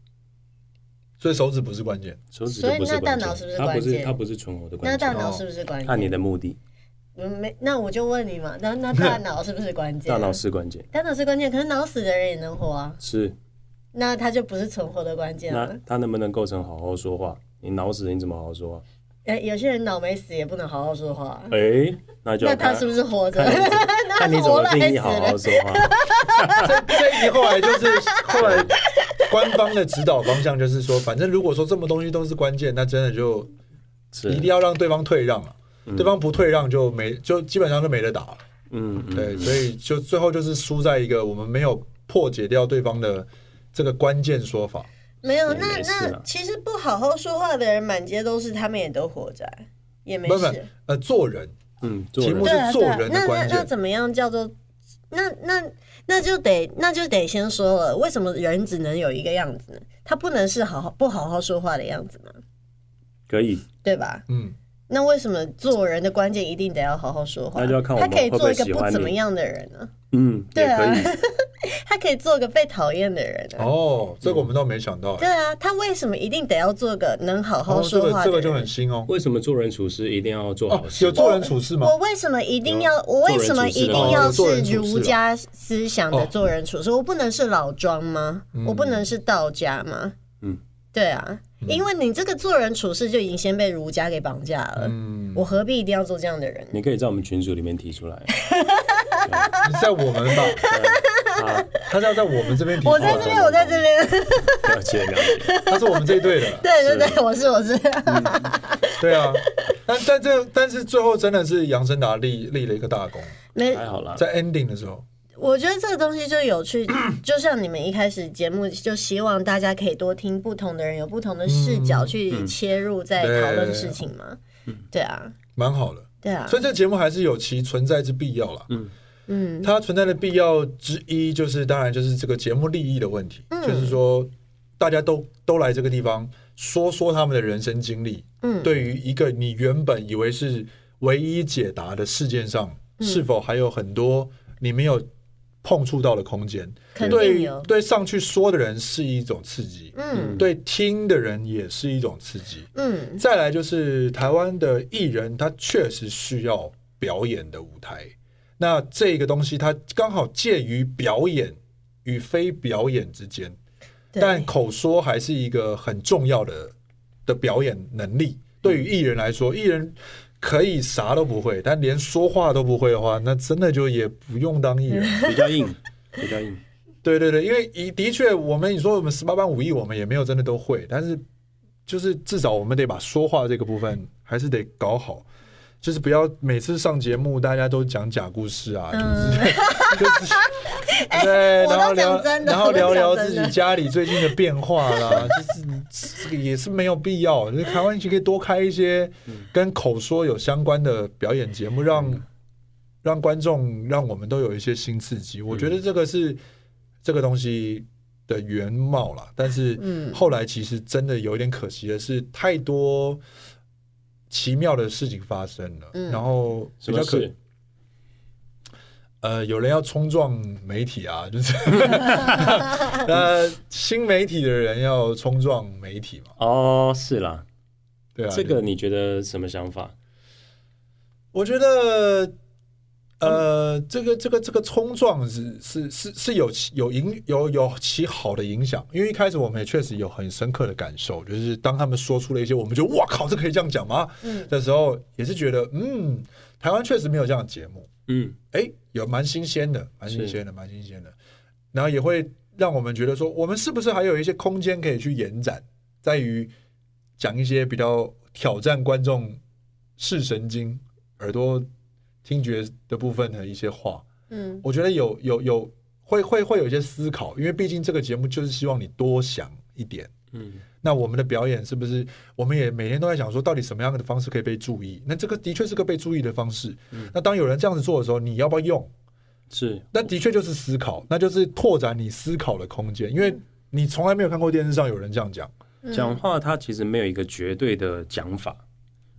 所以手指不是关键，手指就不是所以那大关键脑是不。是它不关是键它不是存活的那关大键，脑是不是关看你键？的目的。嗯，没，那我就问你嘛，那那大脑是不是关键？大脑，是关键，大脑是关键，可是脑死的人也能活啊，是那他就不是存活的关键那了。它能不能构成好好说话？你脑死你怎么好好说话？呃，有些人脑没死也不能好好说话，哎、那就要嗯那他看是不是活着看？你怎看你怎么定义好好说话。这一题后来就是后来官方的指导方向就是说，反正如果说这么东西都是关键，那真的就是一定要让对方退让了、啊对方不退让就没就基本上就没得打了。嗯嗯对，所以就最后就是输在一个我们没有破解掉对方的这个关键说法。 [LAUGHS] 没有，也那没事那啦其实不好好说话的人满街都是，他们也都活着啊，也没不是不事是。呃，做人嗯，做人题目对啊，是做对啊人的那那关键那怎么样叫做？那那那就得那就得先说了，为什么人只能有一个样子呢？他不能是好好不好好说话的样子嘛，可以，对吧？嗯，那为什么做人的关键一定得要好好说话？那就要看我他们可会以不做会一个喜不欢怎你么样的人呢、嗯，对也啊可以，他可以做个被讨厌的人啊。哦，这个我们倒没想到、 [LAUGHS] 对啊，他为什么一定得要做个能好好哦，这说个话的人？这个就很新哦。为什么做人处事一定要做哦好，事？有做人处事吗我？为什么一定要？我为什么一定哦要是儒家思想的做人处事？我不能是老庄吗？我嗯不能是道家吗？嗯，对啊，因为你这个做人处事就已经先被儒家给绑架了，嗯，我何必一定要做这样的人？你可以在我们群组里面提出 [LAUGHS] 来。你在我们 [LAUGHS] 吧，啊，他是要在我们这边提出我来在的，这边，我在这边， [LAUGHS] 了解了解，他是我们这一队的，对对对，我是我是， [LAUGHS] 对啊。但但这但是最后真的是杨森达立立了一个大功，没还好啦。在 ending 的时候，我觉得这个东西就有趣，就像你们一开始节目就希望大家可以多听不同的人，有不同的视角去切入，在讨论事情嘛。对啊，蛮好的。对啊，所以这节目还是有其存在之必要啦。嗯，它存在的必要之一，就是当然就是这个节目利益的问题，嗯就是说大家都都来这个地方说说他们的人生经历，嗯对于一个你原本以为是唯一解答的事件上，嗯是否还有很多你没有碰触到的空间？肯定对有，对，上去说的人是一种刺激，嗯对听的人也是一种刺激。嗯再来就是台湾的艺人，他确实需要表演的舞台。那这个东西，它刚好介于表演与非表演之间，对但口说还是一个很重要的的表演能力。对于艺人来说，艺人可以啥都不会，但连说话都不会的话，那真的就也不用当艺人。比较硬，比较硬，对对对，因为一的确，我们你说我们十八般武艺，我们也没有真的都会，但是就是至少我们得把说话这个部分还是得搞好，就是不要每次上节目大家都讲假故事啊，嗯就是就是。 [LAUGHS] 哎对，我都然后聊讲真，的然后聊聊我都讲自真的己家里最近的变化 [LAUGHS] 啦，就是这个也是没有必要。就是台湾其实可以多开一些跟口说有相关的表演节目，让让观众让我们都有一些新刺激。我嗯觉得这个是这个东西的原貌啦，但是嗯后来其实真的有一点可惜的是，太多奇妙的事情发生了，嗯然后什比么较可事？呃，有人要冲撞媒体 [LAUGHS] 啊，就是 [LAUGHS] 呃新媒体的人要冲撞媒体嘛，哦，是啦，对啊，啊这个你觉得什么想法？我觉得呃，这个这个这个冲撞是是是是有其有影有有其好的影响，因为一开始我们也确实有很深刻的感受，就是当他们说出了一些我们觉得哇靠，这可以这样讲吗？的时候，也是觉得嗯，台湾确实没有这样的节目，嗯，哎，有蛮新鲜的，蛮新鲜的，蛮新鲜的，然后也会让我们觉得说，我们是不是还有一些空间可以去延展，在于讲一些比较挑战观众视神经、耳朵听觉的部分的一些话，嗯，我觉得有有有会会会有一些思考，因为毕竟这个节目就是希望你多想一点。嗯那我们的表演是不是？我们也每天都在想说，到底什么样的方式可以被注意？那这个的确是个被注意的方式。那当有人这样子做的时候，你要不要用？是那的确就是思考，那就是拓展你思考的空间，因为嗯你从来没有看过电视上有人这样讲。讲话它其实没有一个绝对的讲法。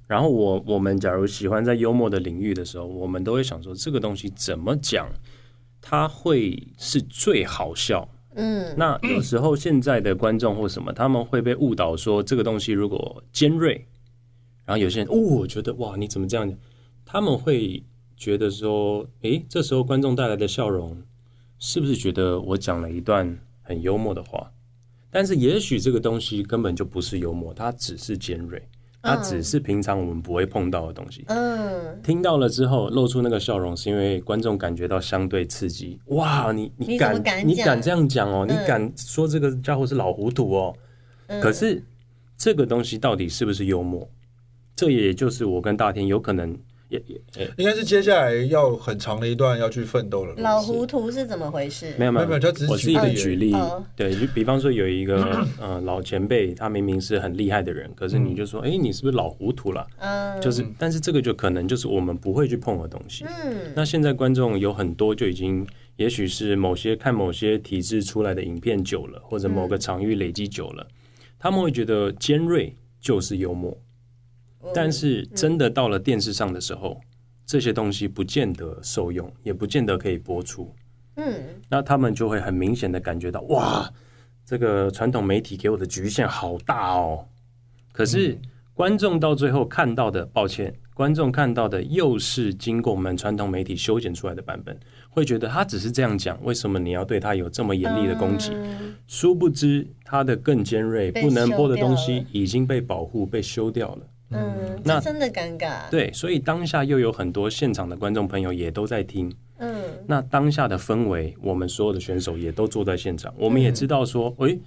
然后我我们假如喜欢在幽默的领域的时候，我们都会想说这个东西怎么讲，它会是最好笑。嗯，那有时候现在的观众或什么，他们会被误导说这个东西如果尖锐，然后有些人哦，我觉得哇，你怎么这样讲？他们会觉得说，诶，这时候观众带来的笑容，是不是觉得我讲了一段很幽默的话？但是也许这个东西根本就不是幽默，它只是尖锐，它只是平常我们不会碰到的东西。嗯，听到了之后露出那个笑容，是因为观众感觉到相对刺激。哇，你你你怎么敢敢你讲敢这样讲哦？嗯你敢说这个家伙是老糊涂哦？可是这个东西到底是不是幽默？这也就是我跟大天有可能也也也应该是接下来要很长的一段要去奋斗了。老糊涂是怎么回事？没有没没有没有有就只，是我自己的举例哦，对，就比方说有一 [CLEARS THROAT] 个呃老前辈，他明明是很厉害的人，可是嗯你就说，哎，你是不是老糊涂了？嗯就是，但是这个就可能就是我们不会去碰的东西。嗯那现在观众有很多就已经，也许是某些看某些体制出来的影片久了，或者某个场域累积久了，嗯他们会觉得尖锐就是幽默。哦但是真嗯的到了电视上的时候，这些东西不见得受用，也不见得可以播出。嗯，那他们就会很明显的感觉到，哇，这个传统媒体给我的局限好大哦。可是观众到最后看到的，抱歉，观众看到的又是经过我们传统媒体修剪出来的版本，会觉得他只是这样讲，为什么你要对他有这么严厉的攻击？殊不知他的更尖锐、嗯被不能播的东修西掉已经被保护、被修掉了。嗯，那这真的尴尬。对，所以当下又有很多现场的观众朋友也都在听，嗯，那当下的氛围，我们所有的选手也都坐在现场，我们也知道说，诶，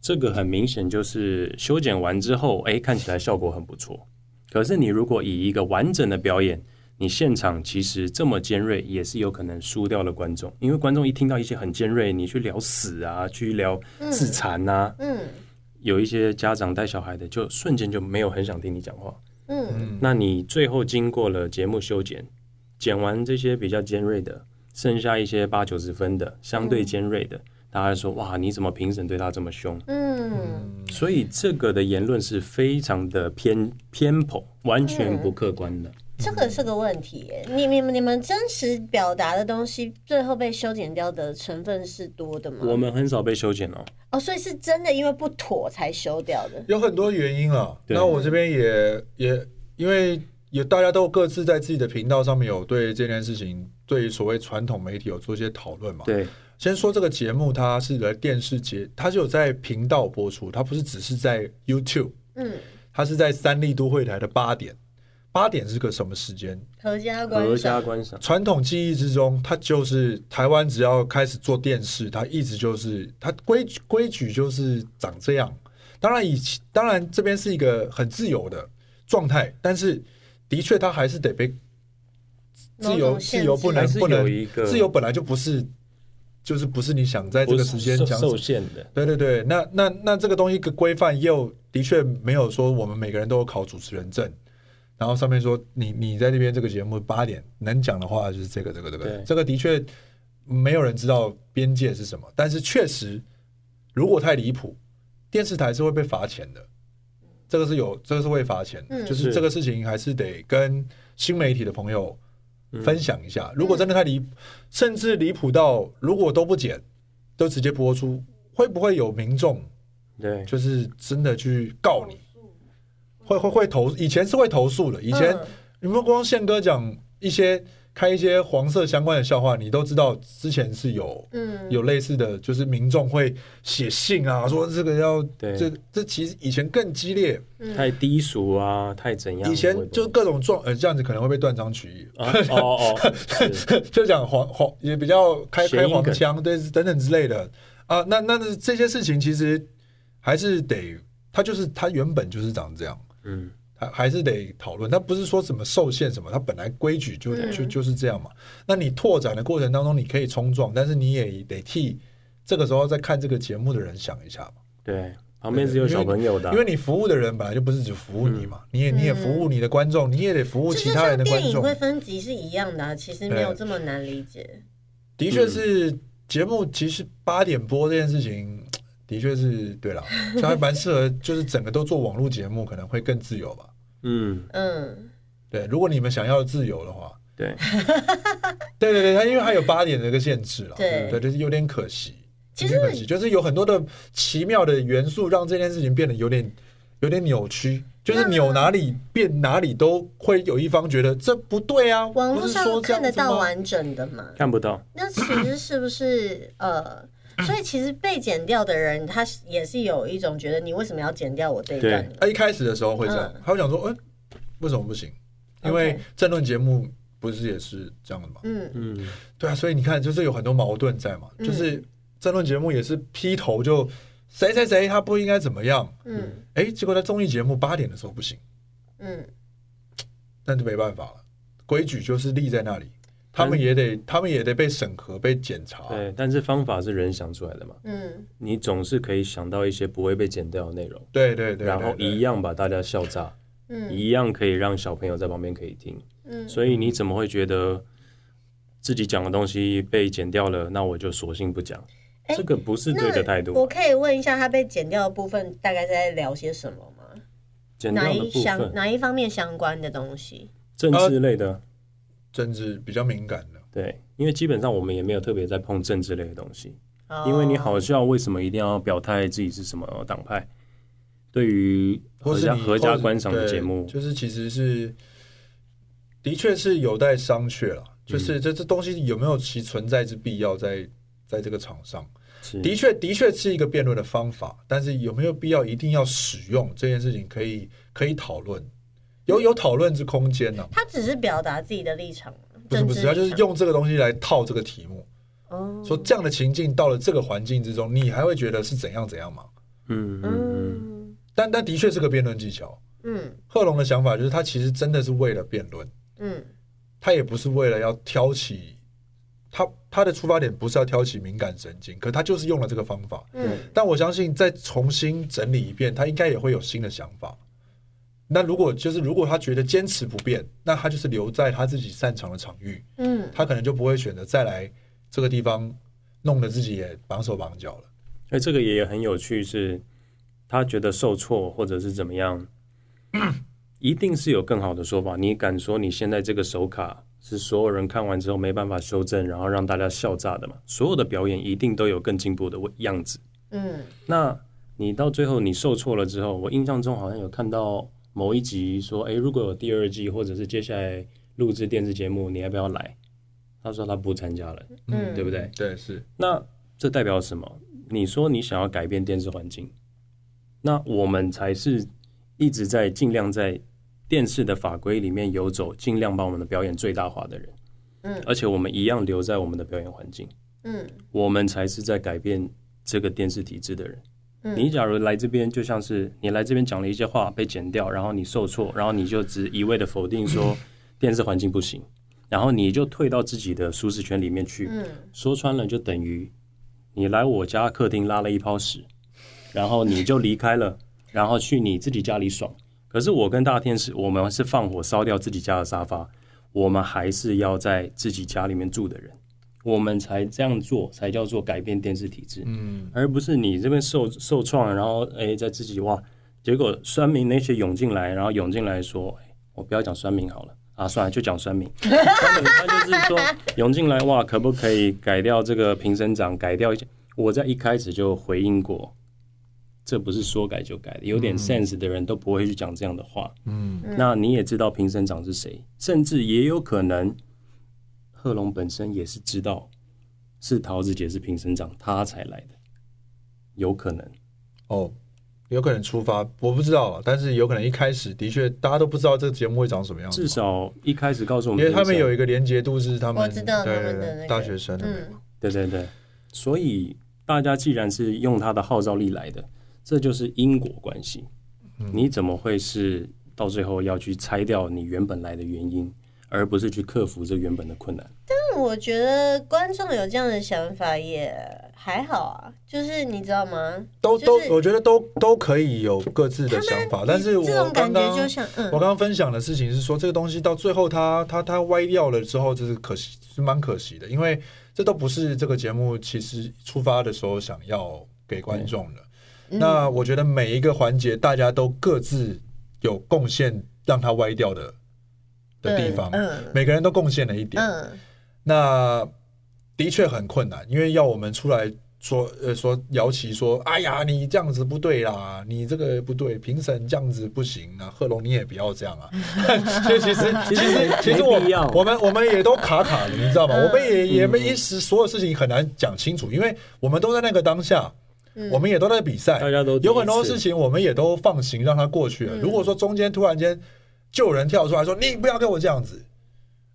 这个很明显就是修剪完之后，诶，看起来效果很不错。可是你如果以一个完整的表演，你现场其实这么尖锐，也是有可能输掉了观众，因为观众一听到一些很尖锐，你去聊死啊，去聊自残啊，嗯有一些家长带小孩的，就瞬间就没有很想听你讲话。嗯那你最后经过了节目修剪，剪完这些比较尖锐的，剩下一些八九十分的，相嗯对尖锐的，大家说哇，你怎么评审对他这么凶？嗯，所以这个的言论是非常的偏偏颇，完全不客观的。这个是个问题耶。你你们你们真实表达的东西，最后被修剪掉的成分是多的我嗯吗？们很少被修剪哦，哦，所以是真的因为不妥才修掉的。有很多原因啊。对那我这边也也因为也大家都各自在自己的频道上面有对这件事情，对于所谓传统媒体有做一些讨论嘛。对，先说这个节目，它是在电视节，它是有在频道播出，它不是只是在 YouTube，嗯，它是在三立都会台的八点。八点是个什么时间？合家观合家赏。观赏，传统记忆之中，它就是台湾只要开始做电视，它一直就是它规矩规矩就是长这样。当然以前当然这边是一个很自由的状态，但是的确它还是得被自某由种限自制由不能还是不能有一个自由本来就不是就是不是你想在这不个是时间受讲什受么。限的，对对对，那那那这个东西的规范又的确没有说我们每个人都有考主持人证，然后上面说你你在那边这个节目八点能讲的话就是这个这个这个对，这个的确没有人知道边界是什么，但是确实如果太离谱，电视台是会被罚钱的，这个是有这个是会罚钱的，嗯就是是这个事情还是得跟新媒体的朋友分享一嗯下，如果真的太离谱，甚至离谱到如果都不剪。都直接播出，会不会有民众对，就是真的去告你？会会会投，以前是会投诉的。以前、嗯你们光宪哥讲一些开一些黄色相关的笑话，你都知道之前是有嗯，有类似的，就是民众会写信啊，说这个要对这这其实以前更激烈，太低俗啊，太怎样？以我也前不就各种撞呃这样子可能会被断章取义，啊 [LAUGHS] 哦哦，是就讲黄黄也比较开谐音开梗黄腔，对等等之类的啊。那那那这些事情其实还是得，它就是它原本就是长这样，嗯，还还是得讨论。它不是说什么受限什么，它本来规矩就嗯就就是这样嘛。那你拓展的过程当中，你可以冲撞，但是你也得替这个时候在看这个节目的人想一下嘛。对，旁边是有小朋友的啊，因为你服务的人本来就不是只服务你嘛，你也你也服务你的观众，你也得服务这其嗯就他人像的观电影众。会分级是一样的、啊，其实没有对这么难理解。的确是节目，其实八点播这件事情，的确是对 [LAUGHS] 了，它还蛮适合，就是整个都做网络节目，可能会更自由吧。嗯，嗯，对，如果你们想要自由的话，对，对对对，它因为它有八点的一个限制了，对对，就是有点可惜，其有实点可惜，就是有很多的奇妙的元素让这件事情变得有点有点扭曲。就是扭哪里变哪里都会有一方觉得这不对啊，网不络是说上这样看得子吗到啊完整的嘛？看不到，那其实是不是呃？所以其实被剪掉的人，他是也是有一种觉得你为什么要剪掉我这一段呢？他啊一开始的时候会这样嗯，他会想说，哎、为什么不行？因为 OK 政论节目不是也是这样的嘛？嗯，嗯，对啊，所以你看，就是有很多矛盾在嘛，嗯就是政论节目也是劈头就谁谁谁他不应该怎么样，嗯哎、结果在综艺节目八点的时候不行，嗯那就没办法了，规矩就是立在那里，他们但也得他们也得被审核、被检查。对，但是方法是人想出来的嘛，嗯，你总是可以想到一些不会被剪掉的内容，对对对，然后对一样把大家笑炸，嗯一样可以让小朋友在旁边可以听，嗯所以你怎么会觉得自己讲的东西被剪掉了？那我就索性不讲，哎这个不是对的态度那我吧。可以问一下，他被剪掉的部分大概在聊些什么吗？剪哪掉的一部相分，哪一方面相关的东西？政治类的，政治比较敏感的，对，因为基本上我们也没有特别在碰政治类的东西，哦因为你好笑，为什么一定要表态自己是什么党派？对于或合是家你合家或是观赏的对节目，就是其实是的确是有待商榷了。嗯就是这这东西有没有其存在之必要在，在这个场上，是的确的确是一个辩论的方法，但是有没有必要一定要使用这件事情，可以可以讨论，有有讨论之空间呢、他只是表达自己的立场吗，不是不是，政他治就立是场用这个东西来套这个题目，哦，说这样的情境到了这个环境之中，你还会觉得是怎样怎样吗？嗯嗯嗯，嗯但但的确是个辩论技巧。嗯贺龙的想法就是，他其实真的是为了辩论，嗯他也不是为了要挑起他他的出发点不是要挑起敏感神经，可他就是用了这个方法。嗯但我相信再重新整理一遍，他应该也会有新的想法。那如果就是如果他觉得坚持不变，那他就是留在他自己擅长的场域，嗯，他可能就不会选择再来这个地方弄得自己也绑手绑脚了。哎，这个也很有趣是，他觉得受挫或者是怎么样，一定是有更好的说法。你敢说你现在这个手卡是所有人看完之后没办法修正，然后让大家笑炸的嘛？所有的表演一定都有更进步的样子。嗯那你到最后你受挫了之后，我印象中好像有看到某一集说，诶，如果有第二季或者是接下来录制电视节目，你要不要来？他说他不参加了，嗯对不对？对，是那这代表什么？你说你想要改变电视环境，那我们才是一直在尽量在电视的法规里面游走，尽量把我们的表演最大化的人。嗯而且我们一样留在我们的表演环境，嗯我们才是在改变这个电视体制的人。嗯你假如来这边，就像是你来这边讲了一些话被剪掉，然后你受挫，然后你就只一味的否定说电视环境不行，然后你就退到自己的舒适圈里面去。嗯说穿了，就等于你来我家客厅拉了一泡屎，然后你就离开了， [LAUGHS] 然后去你自己家里爽。可是我跟大天使，我们是放火烧掉自己家的沙发，我们还是要在自己家里面住的人，我们才这样做，才叫做改变电视体制。嗯，而不是你这边受受创，然后哎在自己哇，结果酸民那些涌进来，然后涌进来说，哎，我不要讲酸民好了啊，算了，就讲酸民。酸民 [LAUGHS] 他就是说涌进来哇，可不可以改掉这个评审长，改掉一些？我在一开始就回应过。这不是说改就改的，有嗯点 sense 的人都不会去讲这样的话。嗯，那你也知道评审长是谁，甚至也有可能贺龙本身也是知道是桃子姐是评审长，他才来的，有可能。哦，有可能出发，我不知道啊，但是有可能一开始的确大家都不知道这个节目会长什么样子至嘛，少一开始告诉我因们，为他们有一个连接度是他们我哦知道对他们的对对那个大学生的嗯对对对，所以大家既然是用他的号召力来的，这就是因果关系。嗯你怎么会是到最后要去拆掉你原本来的原因，而不是去克服这原本的困难？但我觉得观众有这样的想法也还好啊，就是你知道吗？都就都是，我觉得都都可以有各自的想法，但是我这种感刚觉刚就像嗯我，刚刚分享的事情是说，这个东西到最后它它它歪掉了之后，这是可惜是蛮可惜的，因为这都不是这个节目其实出发的时候想要给观众的。嗯那我觉得每一个环节大家都各自有贡献，让它歪掉的的地对方，嗯每个人都贡献了一点。嗯，那的确很困难，因为要我们出来说，呃，说姚琦说，哎呀，你这样子不对啦，你这个不对，评审这样子不行啊，贺龙你也不要这样啊。 [LAUGHS] 所以其实其 [LAUGHS] 实其实我没必要嗯我们我们也都卡卡的，你知道吗？我们也也没一时所有事情很难讲清楚，因为我们都在那个当下。我们也都在比赛，大家都第一次哎有很多事情，我们也都放行让它过去了。如果说中间突然间就有人跳出来说你不要跟我这样子，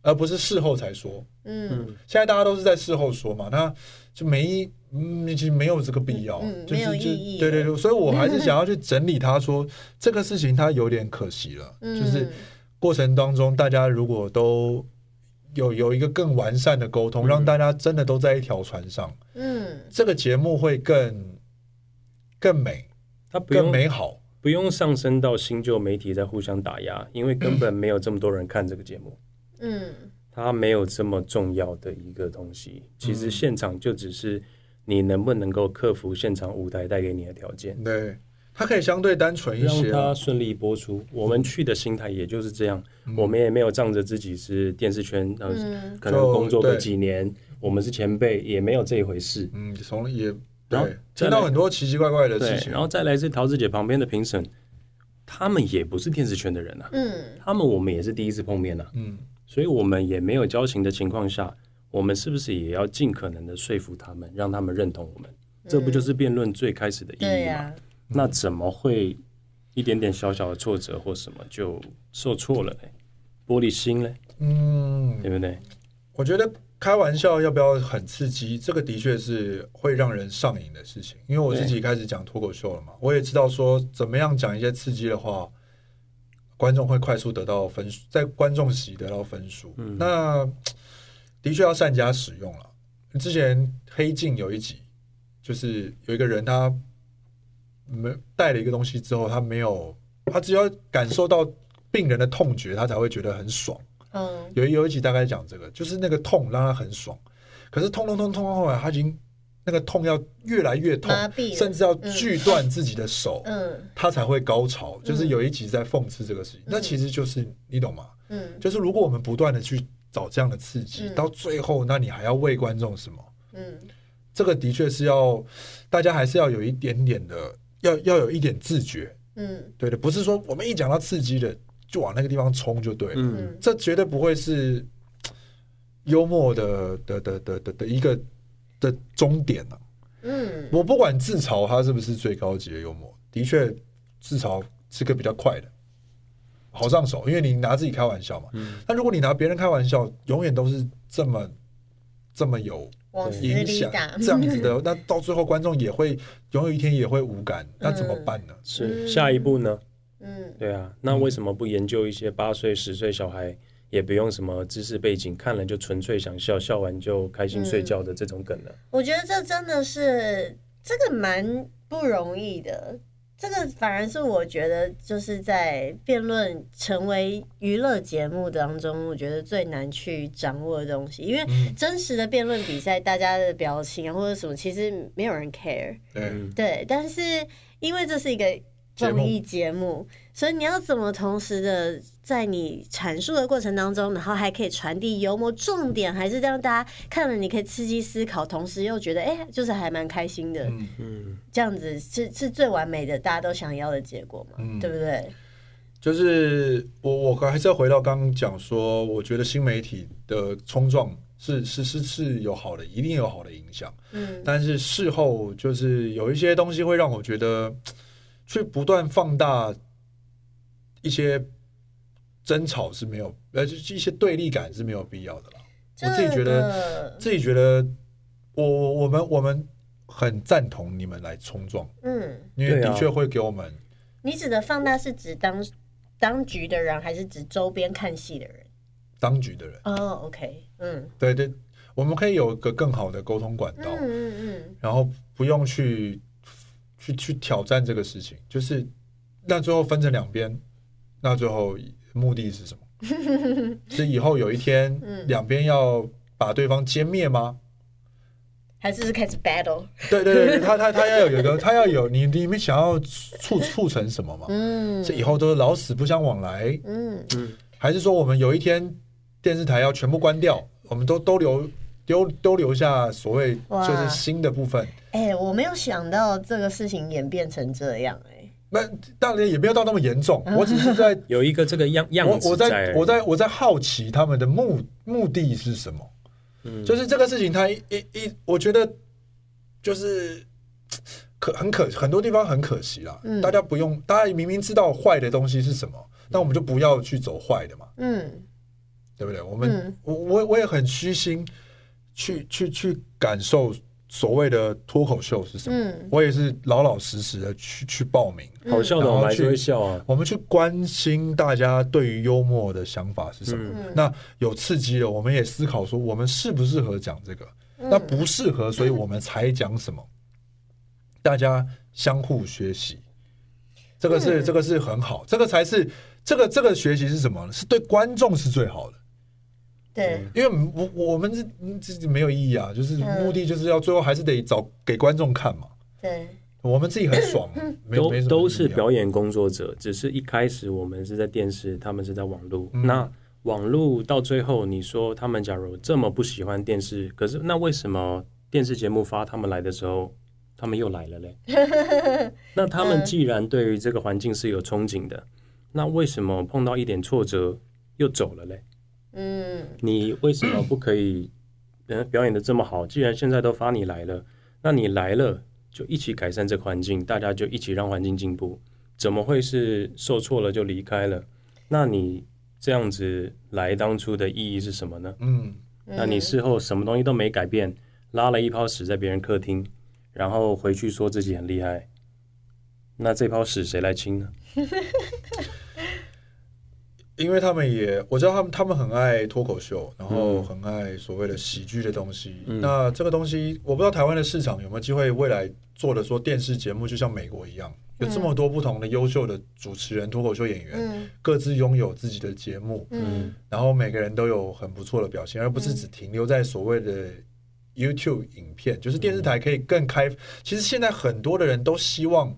而不是事后才说，嗯，现在大家都是在事后说嘛，那就没，嗯，其实没有这个必要，嗯嗯就是没有就意义对对对，所以我还是想要去整理他说这个事情，他有点可惜了， [LAUGHS] 嗯就是过程当中大家如果都有有一个更完善的沟通，嗯让大家真的都在一条船上，嗯这个节目会更更美、他不更用美好。不用上升到新旧媒体在互相打压，因为根本没有这么多人看这个节目，嗯它没有这么重要的一个东西。其实现场就只是你能不能够克服现场舞台带给你的条件。对，它可以相对单纯一让些啊它，顺利播出。我们去的心态也就是这样，嗯我们也没有仗着自己是电视圈，呃，嗯可能就工作个对几年，我们是前辈，也没有这一回事。嗯，从也然后对，再听来到很多奇奇怪怪的对事，情然，后再来是桃子姐旁边的评审，他们也不是电视圈的人啊，嗯他们我们也是第一次碰面啊，嗯。所以我们也没有交情的情况下，我们是不是也要尽可能的说服他们，让他们认同我们？这不就是辩论最开始的意对义吗？呀，那怎么会一点点小小的挫折或什么就受挫了呢？玻璃心嘞，嗯，对不对？我觉得开玩笑要不要很刺激，这个的确是会让人上瘾的事情。因为我自己开始讲脱口秀了嘛，我也知道说怎么样讲一些刺激的话，观众会快速得到分数，在观众席得到分数。那的确要善加使用了。之前黑镜有一集，就是有一个人他没带了一个东西之后，他没有，他只要感受到病人的痛觉，他才会觉得很爽。嗯有一有一集大概讲这个，就是那个痛让他很爽，可是痛痛痛痛到后来他已经那个痛要越来越痛麻痹，了甚至要锯断自己的手，嗯他才会高潮。就是有一集在讽刺这个事情，那其实就是你懂吗？嗯就是如果我们不断的去找这样的刺激，嗯到最后，那你还要为观众什么？嗯这个的确是要大家还是要有一点点的，要要有一点自觉，嗯对的，不是说我们一讲到刺激的就往那个地方冲就对了。嗯，嗯，这绝对不会是幽默的的的的的的一个的终点啊！嗯我不管自嘲它是不是最高级的幽默，的确自嘲是个比较快的，好上手，因为你拿自己开玩笑嘛。但如果你拿别人开玩笑，永远都是这么这么有往死影里响打，这样子的，那到最后观众也会总有一天也会无感，那怎么办呢？是嗯下一步呢？嗯对啊，那为什么不研究一些八岁、十岁小孩也不用什么知识背景，看了就纯粹想笑，笑完就开心睡觉的这种梗呢？我觉得这真的是这个蛮不容易的。这个反而是我觉得就是在辩论成为娱乐节目当中，我觉得最难去掌握的东西，因为嗯真实的辩论比赛，大家的表情啊或者什么，其实没有人 care。嗯对，对，但是因为这是一个节目综艺节目，所以你要怎么同时的在你阐述的过程当中，然后还可以传递幽默，重点还是让大家看了你可以刺激思考，同时又觉得哎、就是还蛮开心的，嗯嗯，这样子是是最完美的，大家都想要的结果嘛，嗯对不对？就是我我还是要回到刚刚讲说，我觉得新媒体的冲撞是是是是有好的，一定有好的影响。嗯，但是事后就是有一些东西会让我觉得，去不断放大一些争吵是没有，呃，就是一些对立感是没有必要的啦。我自己觉得，得，自己觉得，我我我们我们很赞同你们来冲撞，嗯，因为对啊的确会给我们你指的放大是指当当局的人，还是指周边看戏的人？当局的人，哦，OK，嗯对对，我们可以有一个更好的沟通管嗯道，嗯然后不用去去去挑战这个事情，就是那最后分成两边，那最后目的是什么？ [LAUGHS] 是以后有一天两边要把对方歼灭吗？嗯，还是是开始 battle，对对对，他他他要有一个，他要有你你们想要促促成什么吗？嗯是以后都是老死不相往来，嗯还是说我们有一天电视台要全部关掉，我们都都留丢都留下所谓哇就是新的部分？哎、我没有想到这个事情演变成这样、哎，那当然也没有到那么严重，我只是在有一个这个样样我子我在而已我在我在好奇他们的目目的是什么？嗯就是这个事情，他一一一，我觉得就是可很可很多地方很可惜啦。嗯大家不用，大家明明知道坏的东西是什么，嗯那我们就不要去走坏的嘛，嗯对不对？我们、嗯我我我也很虚心去去去感受所谓的脱口秀是什么，嗯我也是老老实实的去去报名。好笑的，然后我们还是去会笑啊。我们去关心大家对于幽默的想法是什么。嗯那有刺激了，我们也思考说我们适不适合讲这个。嗯那不适合，所以我们才讲什么。大家相互学习，这个嗯是、这个是很好，这个才是这个这个学习是什么呢？是对观众是最好的，对，因为我我我们这这没有意义啊，就是嗯目的就是要最后还是得找给观众看嘛。对，我们自己很爽，没有都没什么都是意义啊表演工作者，只是一开始我们是在电视，他们是在网络。嗯那网络到最后，你说他们假如这么不喜欢电视，可是那为什么电视节目发他们来的时候，他们又来了嘞？那他们既然对于这个环境是有憧憬的，那为什么碰到一点挫折又走了嘞？嗯你为什么不可以？呃，表演的这么好，既然现在都发你来了，那你来了就一起改善这个环境，大家就一起让环境进步。怎么会是受挫了就离开了？那你这样子来当初的意义是什么呢？嗯那你事后什么东西都没改变，拉了一泡屎在别人客厅，然后回去说自己很厉害，那这泡屎谁来清呢？因为他们也，我知道他们他们很爱脱口秀，然后很爱所谓的喜剧的东西。那这个东西，我不知道台湾的市场有没有机会未来做的说电视节目，就像美国一样，有这么多不同的优秀的主持人、脱口秀演员，嗯各自拥有自己的节目，嗯然后每个人都有很不错的表现，而不是只停留在所谓的 YouTube 影片，就是电视台可以更开。其实现在很多的人都希望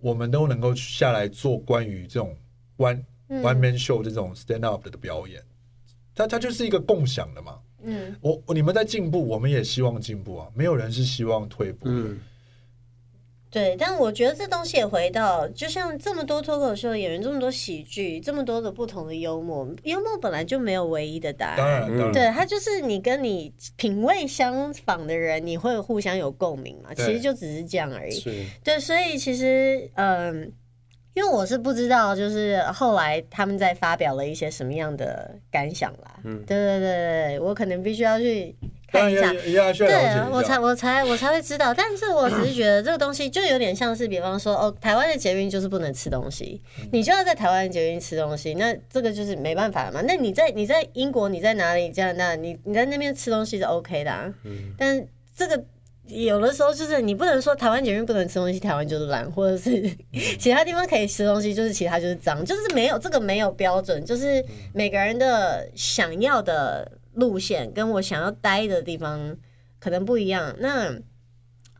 我们都能够下来做关于这种 one 嗯 one man show 这种 stand up 的表演，它它就是一个共享的嘛。嗯我我你们在进步，我们也希望进步啊，没有人是希望退步的。嗯，对，但我觉得这东西也回到，就像这么多脱口秀演员，这么多喜剧，这么多的不同的幽默，幽默本来就没有唯一的答当案。然，当然，对，它就是你跟你品味相仿的人，你会互相有共鸣嘛？其对实就只是这样而已。是对，所以其实嗯，因为我是不知道，就是后来他们在发表了一些什么样的感想啦。嗯，对对对对，我可能必须要去当看然一下要。要要去了解一对下，嗯我才我才我才会知道，但是我只是 [CLEARS THROAT] 觉得这个东西就有点像是，比方说哦，台湾的捷运就是不能吃东西，嗯你就要在台湾的捷运吃东西，那这个就是没办法嘛。那你在你在英国，你在哪里加拿大，你你在那边吃东西是 OK 的、啊，嗯但这个。有的时候就是你不能说台湾捷运不能吃东西，台湾就是懒，或者是嗯 [LAUGHS] 其他地方可以吃东西，就是其他就是脏，就是没有这个没有标准，就是嗯每个人的想要的路线跟我想要待的地方可能不一样。那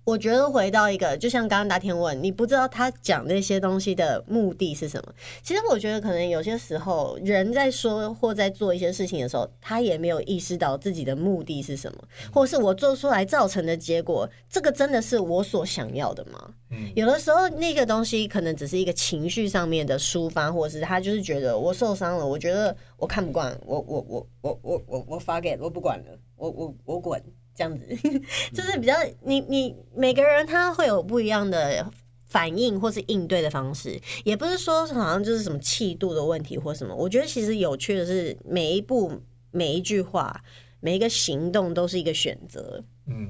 我觉得回到一个，就像刚刚达天问，你不知道他讲那些东西的目的是什么。其实我觉得，可能有些时候人在说或在做一些事情的时候，他也没有意识到自己的目的是什么，或是我做出来造成的结果，这个真的是我所想要的吗？有的时候那个东西可能只是一个情绪上面的抒发，或者是他就是觉得我受伤了，我觉得我看不惯，我我我我我我我发给我不管了，我我我滚。这样子， [LAUGHS] 就是比较你你每个人他会有不一样的反应或是应对的方式，也不是说好像就是什么气度的问题或什么。我觉得其实有趣的是，每一步、每一句话、每一个行动都是一个选择。嗯，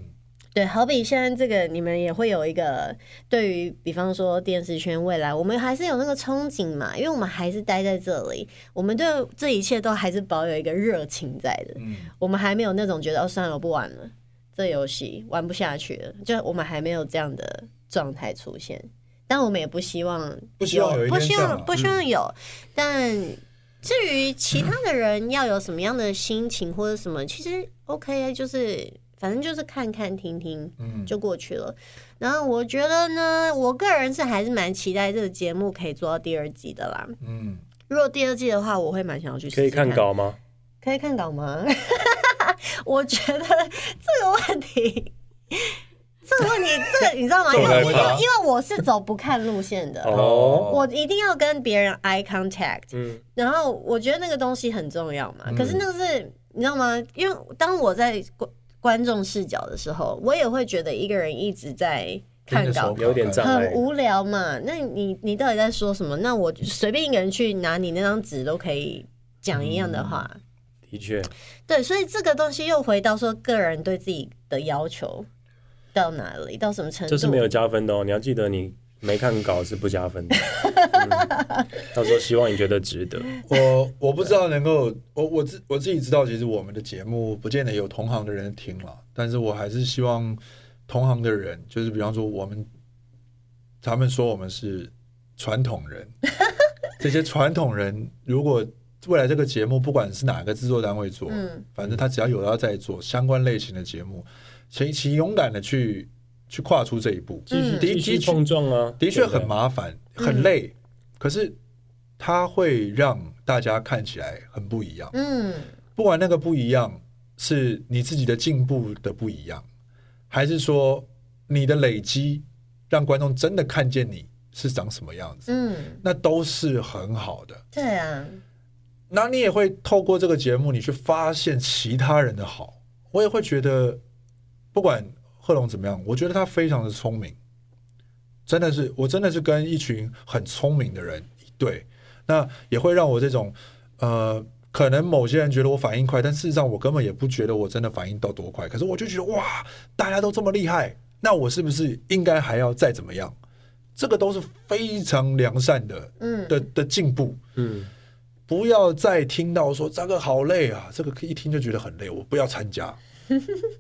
对，好比现在这个，你们也会有一个对于，比方说电视圈未来，我们还是有那个憧憬嘛，因为我们还是待在这里，我们对这一切都还是保有一个热情在的。嗯，我们还没有那种觉得哦，算了，我不玩了，这游戏玩不下去了，就我们还没有这样的状态出现。但我们也不希望不希望有一不天希这样啊望不希望有。但至于其他的人要有什么样的心情或者什么，其实 OK，就是啊反正就是看看听听，嗯就过去了。然后我觉得呢，我个人是还是蛮期待这个节目可以做到第二季的啦。嗯，如果第二季的话，我会蛮想要去试试可以看看稿吗？可以看稿吗？ [LAUGHS] 我觉得这个问题，这个问题，这个你知道吗？这因么为害因为怕因为我是走不看路线的，哦，我一定要跟别人 eye contact，嗯，然后我觉得那个东西很重要嘛。嗯可是那个是你知道吗？因为当我在观观众视角的时候，我也会觉得一个人一直在看稿，有点障碍很。无聊嘛。那你你到底在说什么？那我随便一个人去拿你那张纸都可以讲一样的话。的确，对，所以这个东西又回到说个人对自己的要求到哪里，到什么程度？这是没有加分的哦。你要记得，你没看稿是不加分的。嗯到时候希望你觉得值得。嗯我我不知道能够，我我自我自己知道，其实我们的节目不见得有同行的人听了，但是我还是希望同行的人，就是比方说我们，他们说我们是传统人，这些传统人如果未来这个节目不管是哪个制作单位做，嗯反正他只要有他在做相关类型的节目，请请勇敢的去去跨出这一步，继续嗯继续碰撞啊，的确对不对很麻烦，很累，可是它会让大家看起来很不一样。嗯不管那个不一样是你自己的进步的不一样，还是说你的累积让观众真的看见你是长什么样子，嗯，那都是很好的。对啊，那你也会透过这个节目，你去发现其他人的好。我也会觉得，不管贺龙怎么样，我觉得他非常的聪明，真的是，我真的是跟一群很聪明的人一对，那也会让我这种，呃，可能某些人觉得我反应快，但事实上我根本也不觉得我真的反应到多快，可是我就觉得哇，大家都这么厉害，那我是不是应该还要再怎么样？这个都是非常良善的嗯的的进步，嗯，不要再听到说这个好累啊，这个一听就觉得很累，我不要参加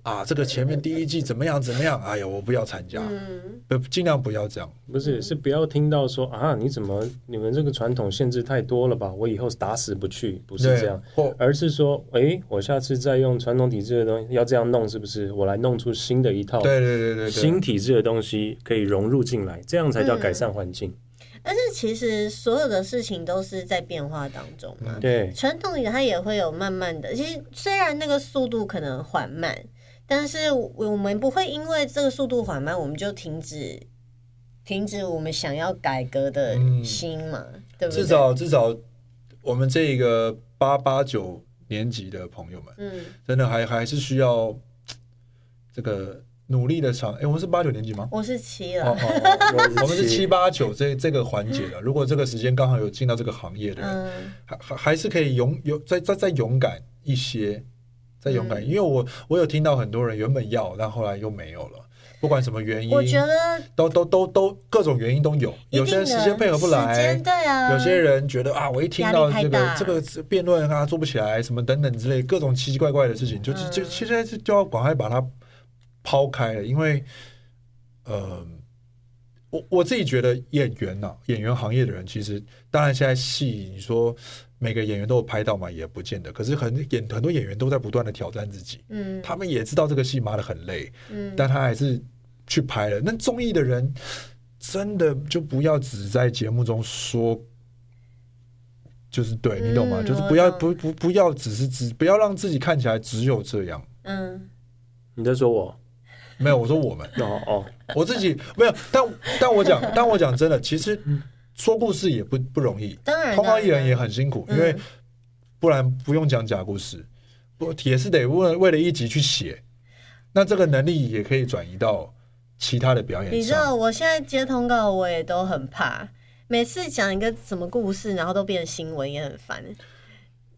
啊。这个前面第一季怎么样怎么样，哎呀，我不要参加，嗯不尽量不要这样。不是，是不要听到说啊，你怎么你们这个传统限制太多了吧？我以后打死不去，不是对啊这样，或而是说，诶，我下次再用传统体制的东西，要这样弄是不是？我来弄出新的一套对对对对对新，体制的东西可以融入进来，这样才嗯叫改善环境。但是其实所有的事情都是在变化当中嘛。对，传统它也会有慢慢的，其实虽然那个速度可能缓慢，但是我们不会因为这个速度缓慢，我们就停止停止我们想要改革的嗯心嘛，对不对？至少至少我们这个八八九年级的朋友们，嗯，真的还还是需要嘖这个努力的尝。哎，我们是八九年级吗？我是七哦了，哦，哦 [LAUGHS] 我们是七八九这这个环节的。如果这个时间刚好有进到这个行业的人，嗯。还还还是可以勇勇再再再勇敢一些，再勇嗯敢，因为我我有听到很多人原本要，但后来又没有了，不管什么原因，我觉得都都都都各种原因都有，一有定些的人时间配合不时来间，对啊，有些人觉得啊，我一听压力到太这个大这个辩论啊做不起来，什么等等之类各种奇奇怪怪的事情，就嗯就就现在就就要赶快把它抛开了，因为，呃，我我自己觉得演员呐、演员行业的人，其实当然现在戏你说每个演员都有拍到嘛，也不见得，可是很演很多演员都在不断的挑战自己，嗯他们也知道这个戏麻的很累，嗯但他还是去拍了。那综艺的人真的就不要只在节目中说，就是对你懂吗？嗯就是我不要懂不不不要只是只不要让自己看起来只有这样。嗯，你在说我？没有，我说我们，哦哦，我自己没有，但 [LAUGHS] 但我讲，但我讲真的，其实说故事也不不容易，当然，通告艺当然人也很辛苦，因为嗯不然不用讲假故事，不也是得为了为了一集去写，那这个能力也可以转移到其他的表演上。你知道，我现在接通告我也都很怕，每次讲一个什么故事，然后都变新闻，也很烦。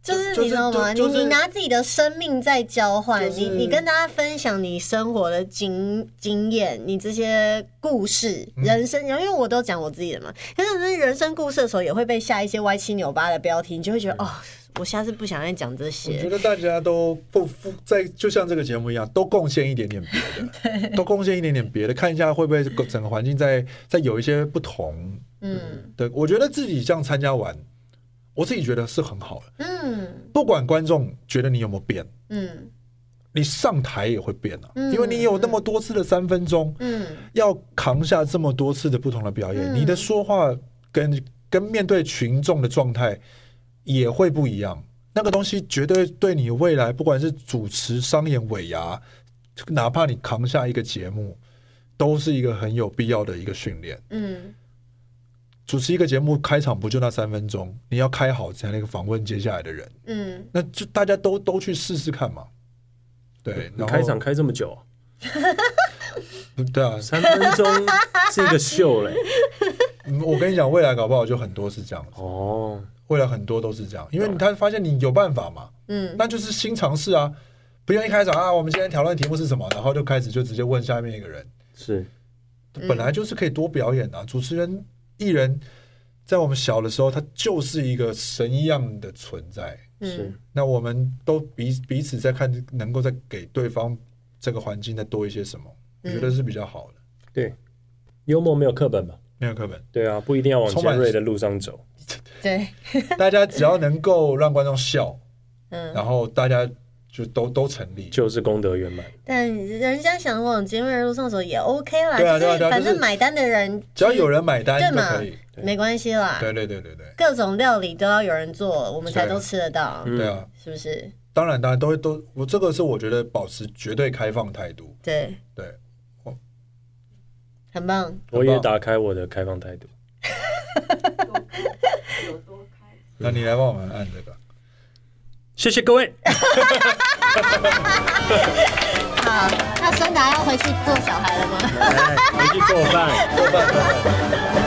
就是就你知道吗？就就是你你拿自己的生命在交换，就是你你跟大家分享你生活的经经验，你这些故事、嗯人生，因为我都讲我自己的嘛。可是那人生故事的时候，也会被下一些歪七扭八的标题，你就会觉得哦，我下次不想再讲这嗯我觉些。得大家都不不在，就像这个节目一样，都贡献一点点别的，都贡献一点点别的，看一下会不会整个环境在在有一些不同。嗯对，我觉得自己这样参加完，我自己觉得是很好的。嗯不管观众觉得你有没有变，嗯你上台也会变啊，嗯因为你有那么多次的三分钟，嗯，要扛下这么多次的不同的表演，嗯你的说话跟跟面对群众的状态也会不一样。那个东西绝对对你未来，不管是主持、商演、尾牙，哪怕你扛下一个节目，都是一个很有必要的一个训练。嗯主持一个节目开场不就那三分钟，你要开好才能够访问接下来的人，嗯，那就大家都都去试试看嘛。对，你然后开场开这么久，啊对啊，三分 [LAUGHS] 钟是一个秀嘞。嗯我跟你讲，未来搞不好就很多是这样子。哦，未来很多都是这样，因为你懂他发现你有办法嘛，啊嗯那就是新尝试啊。不用一开始啊，我们今天讨论题目是什么，然后就开始就直接问下面一个人，是嗯本来就是可以多表演啊。主持人、艺人，在我们小的时候，他就是一个神一样的存在。是嗯，，那我们都彼彼此在看，能够再给对方这个环境再多一些什么，嗯我觉得是比较好的。对，幽默没有课本吧？没有课本， [LAUGHS] 对啊，不一定要往充满尖锐的路上走。对，大家只要能够让观众笑，嗯。然后大家就都都成 [LAUGHS] 立。就是功德圆满，但人家想往节目的路上走也 OK 啦，对啊就对啊是对啊反就正是买单的人只要有人买单对就嘛可以。没关系啦，对对对对对，各种料理都要有人做，我们才对啊都吃得到，嗯对啊，是不是？当然当然都会都，我这个是我觉得保持绝对开放态度，对，对，很棒。我也打开我的开放态度。有多开？那你来帮我们按这个，谢谢各位，好，那孙达要回去做小孩了吗？来回去做饭。做饭做饭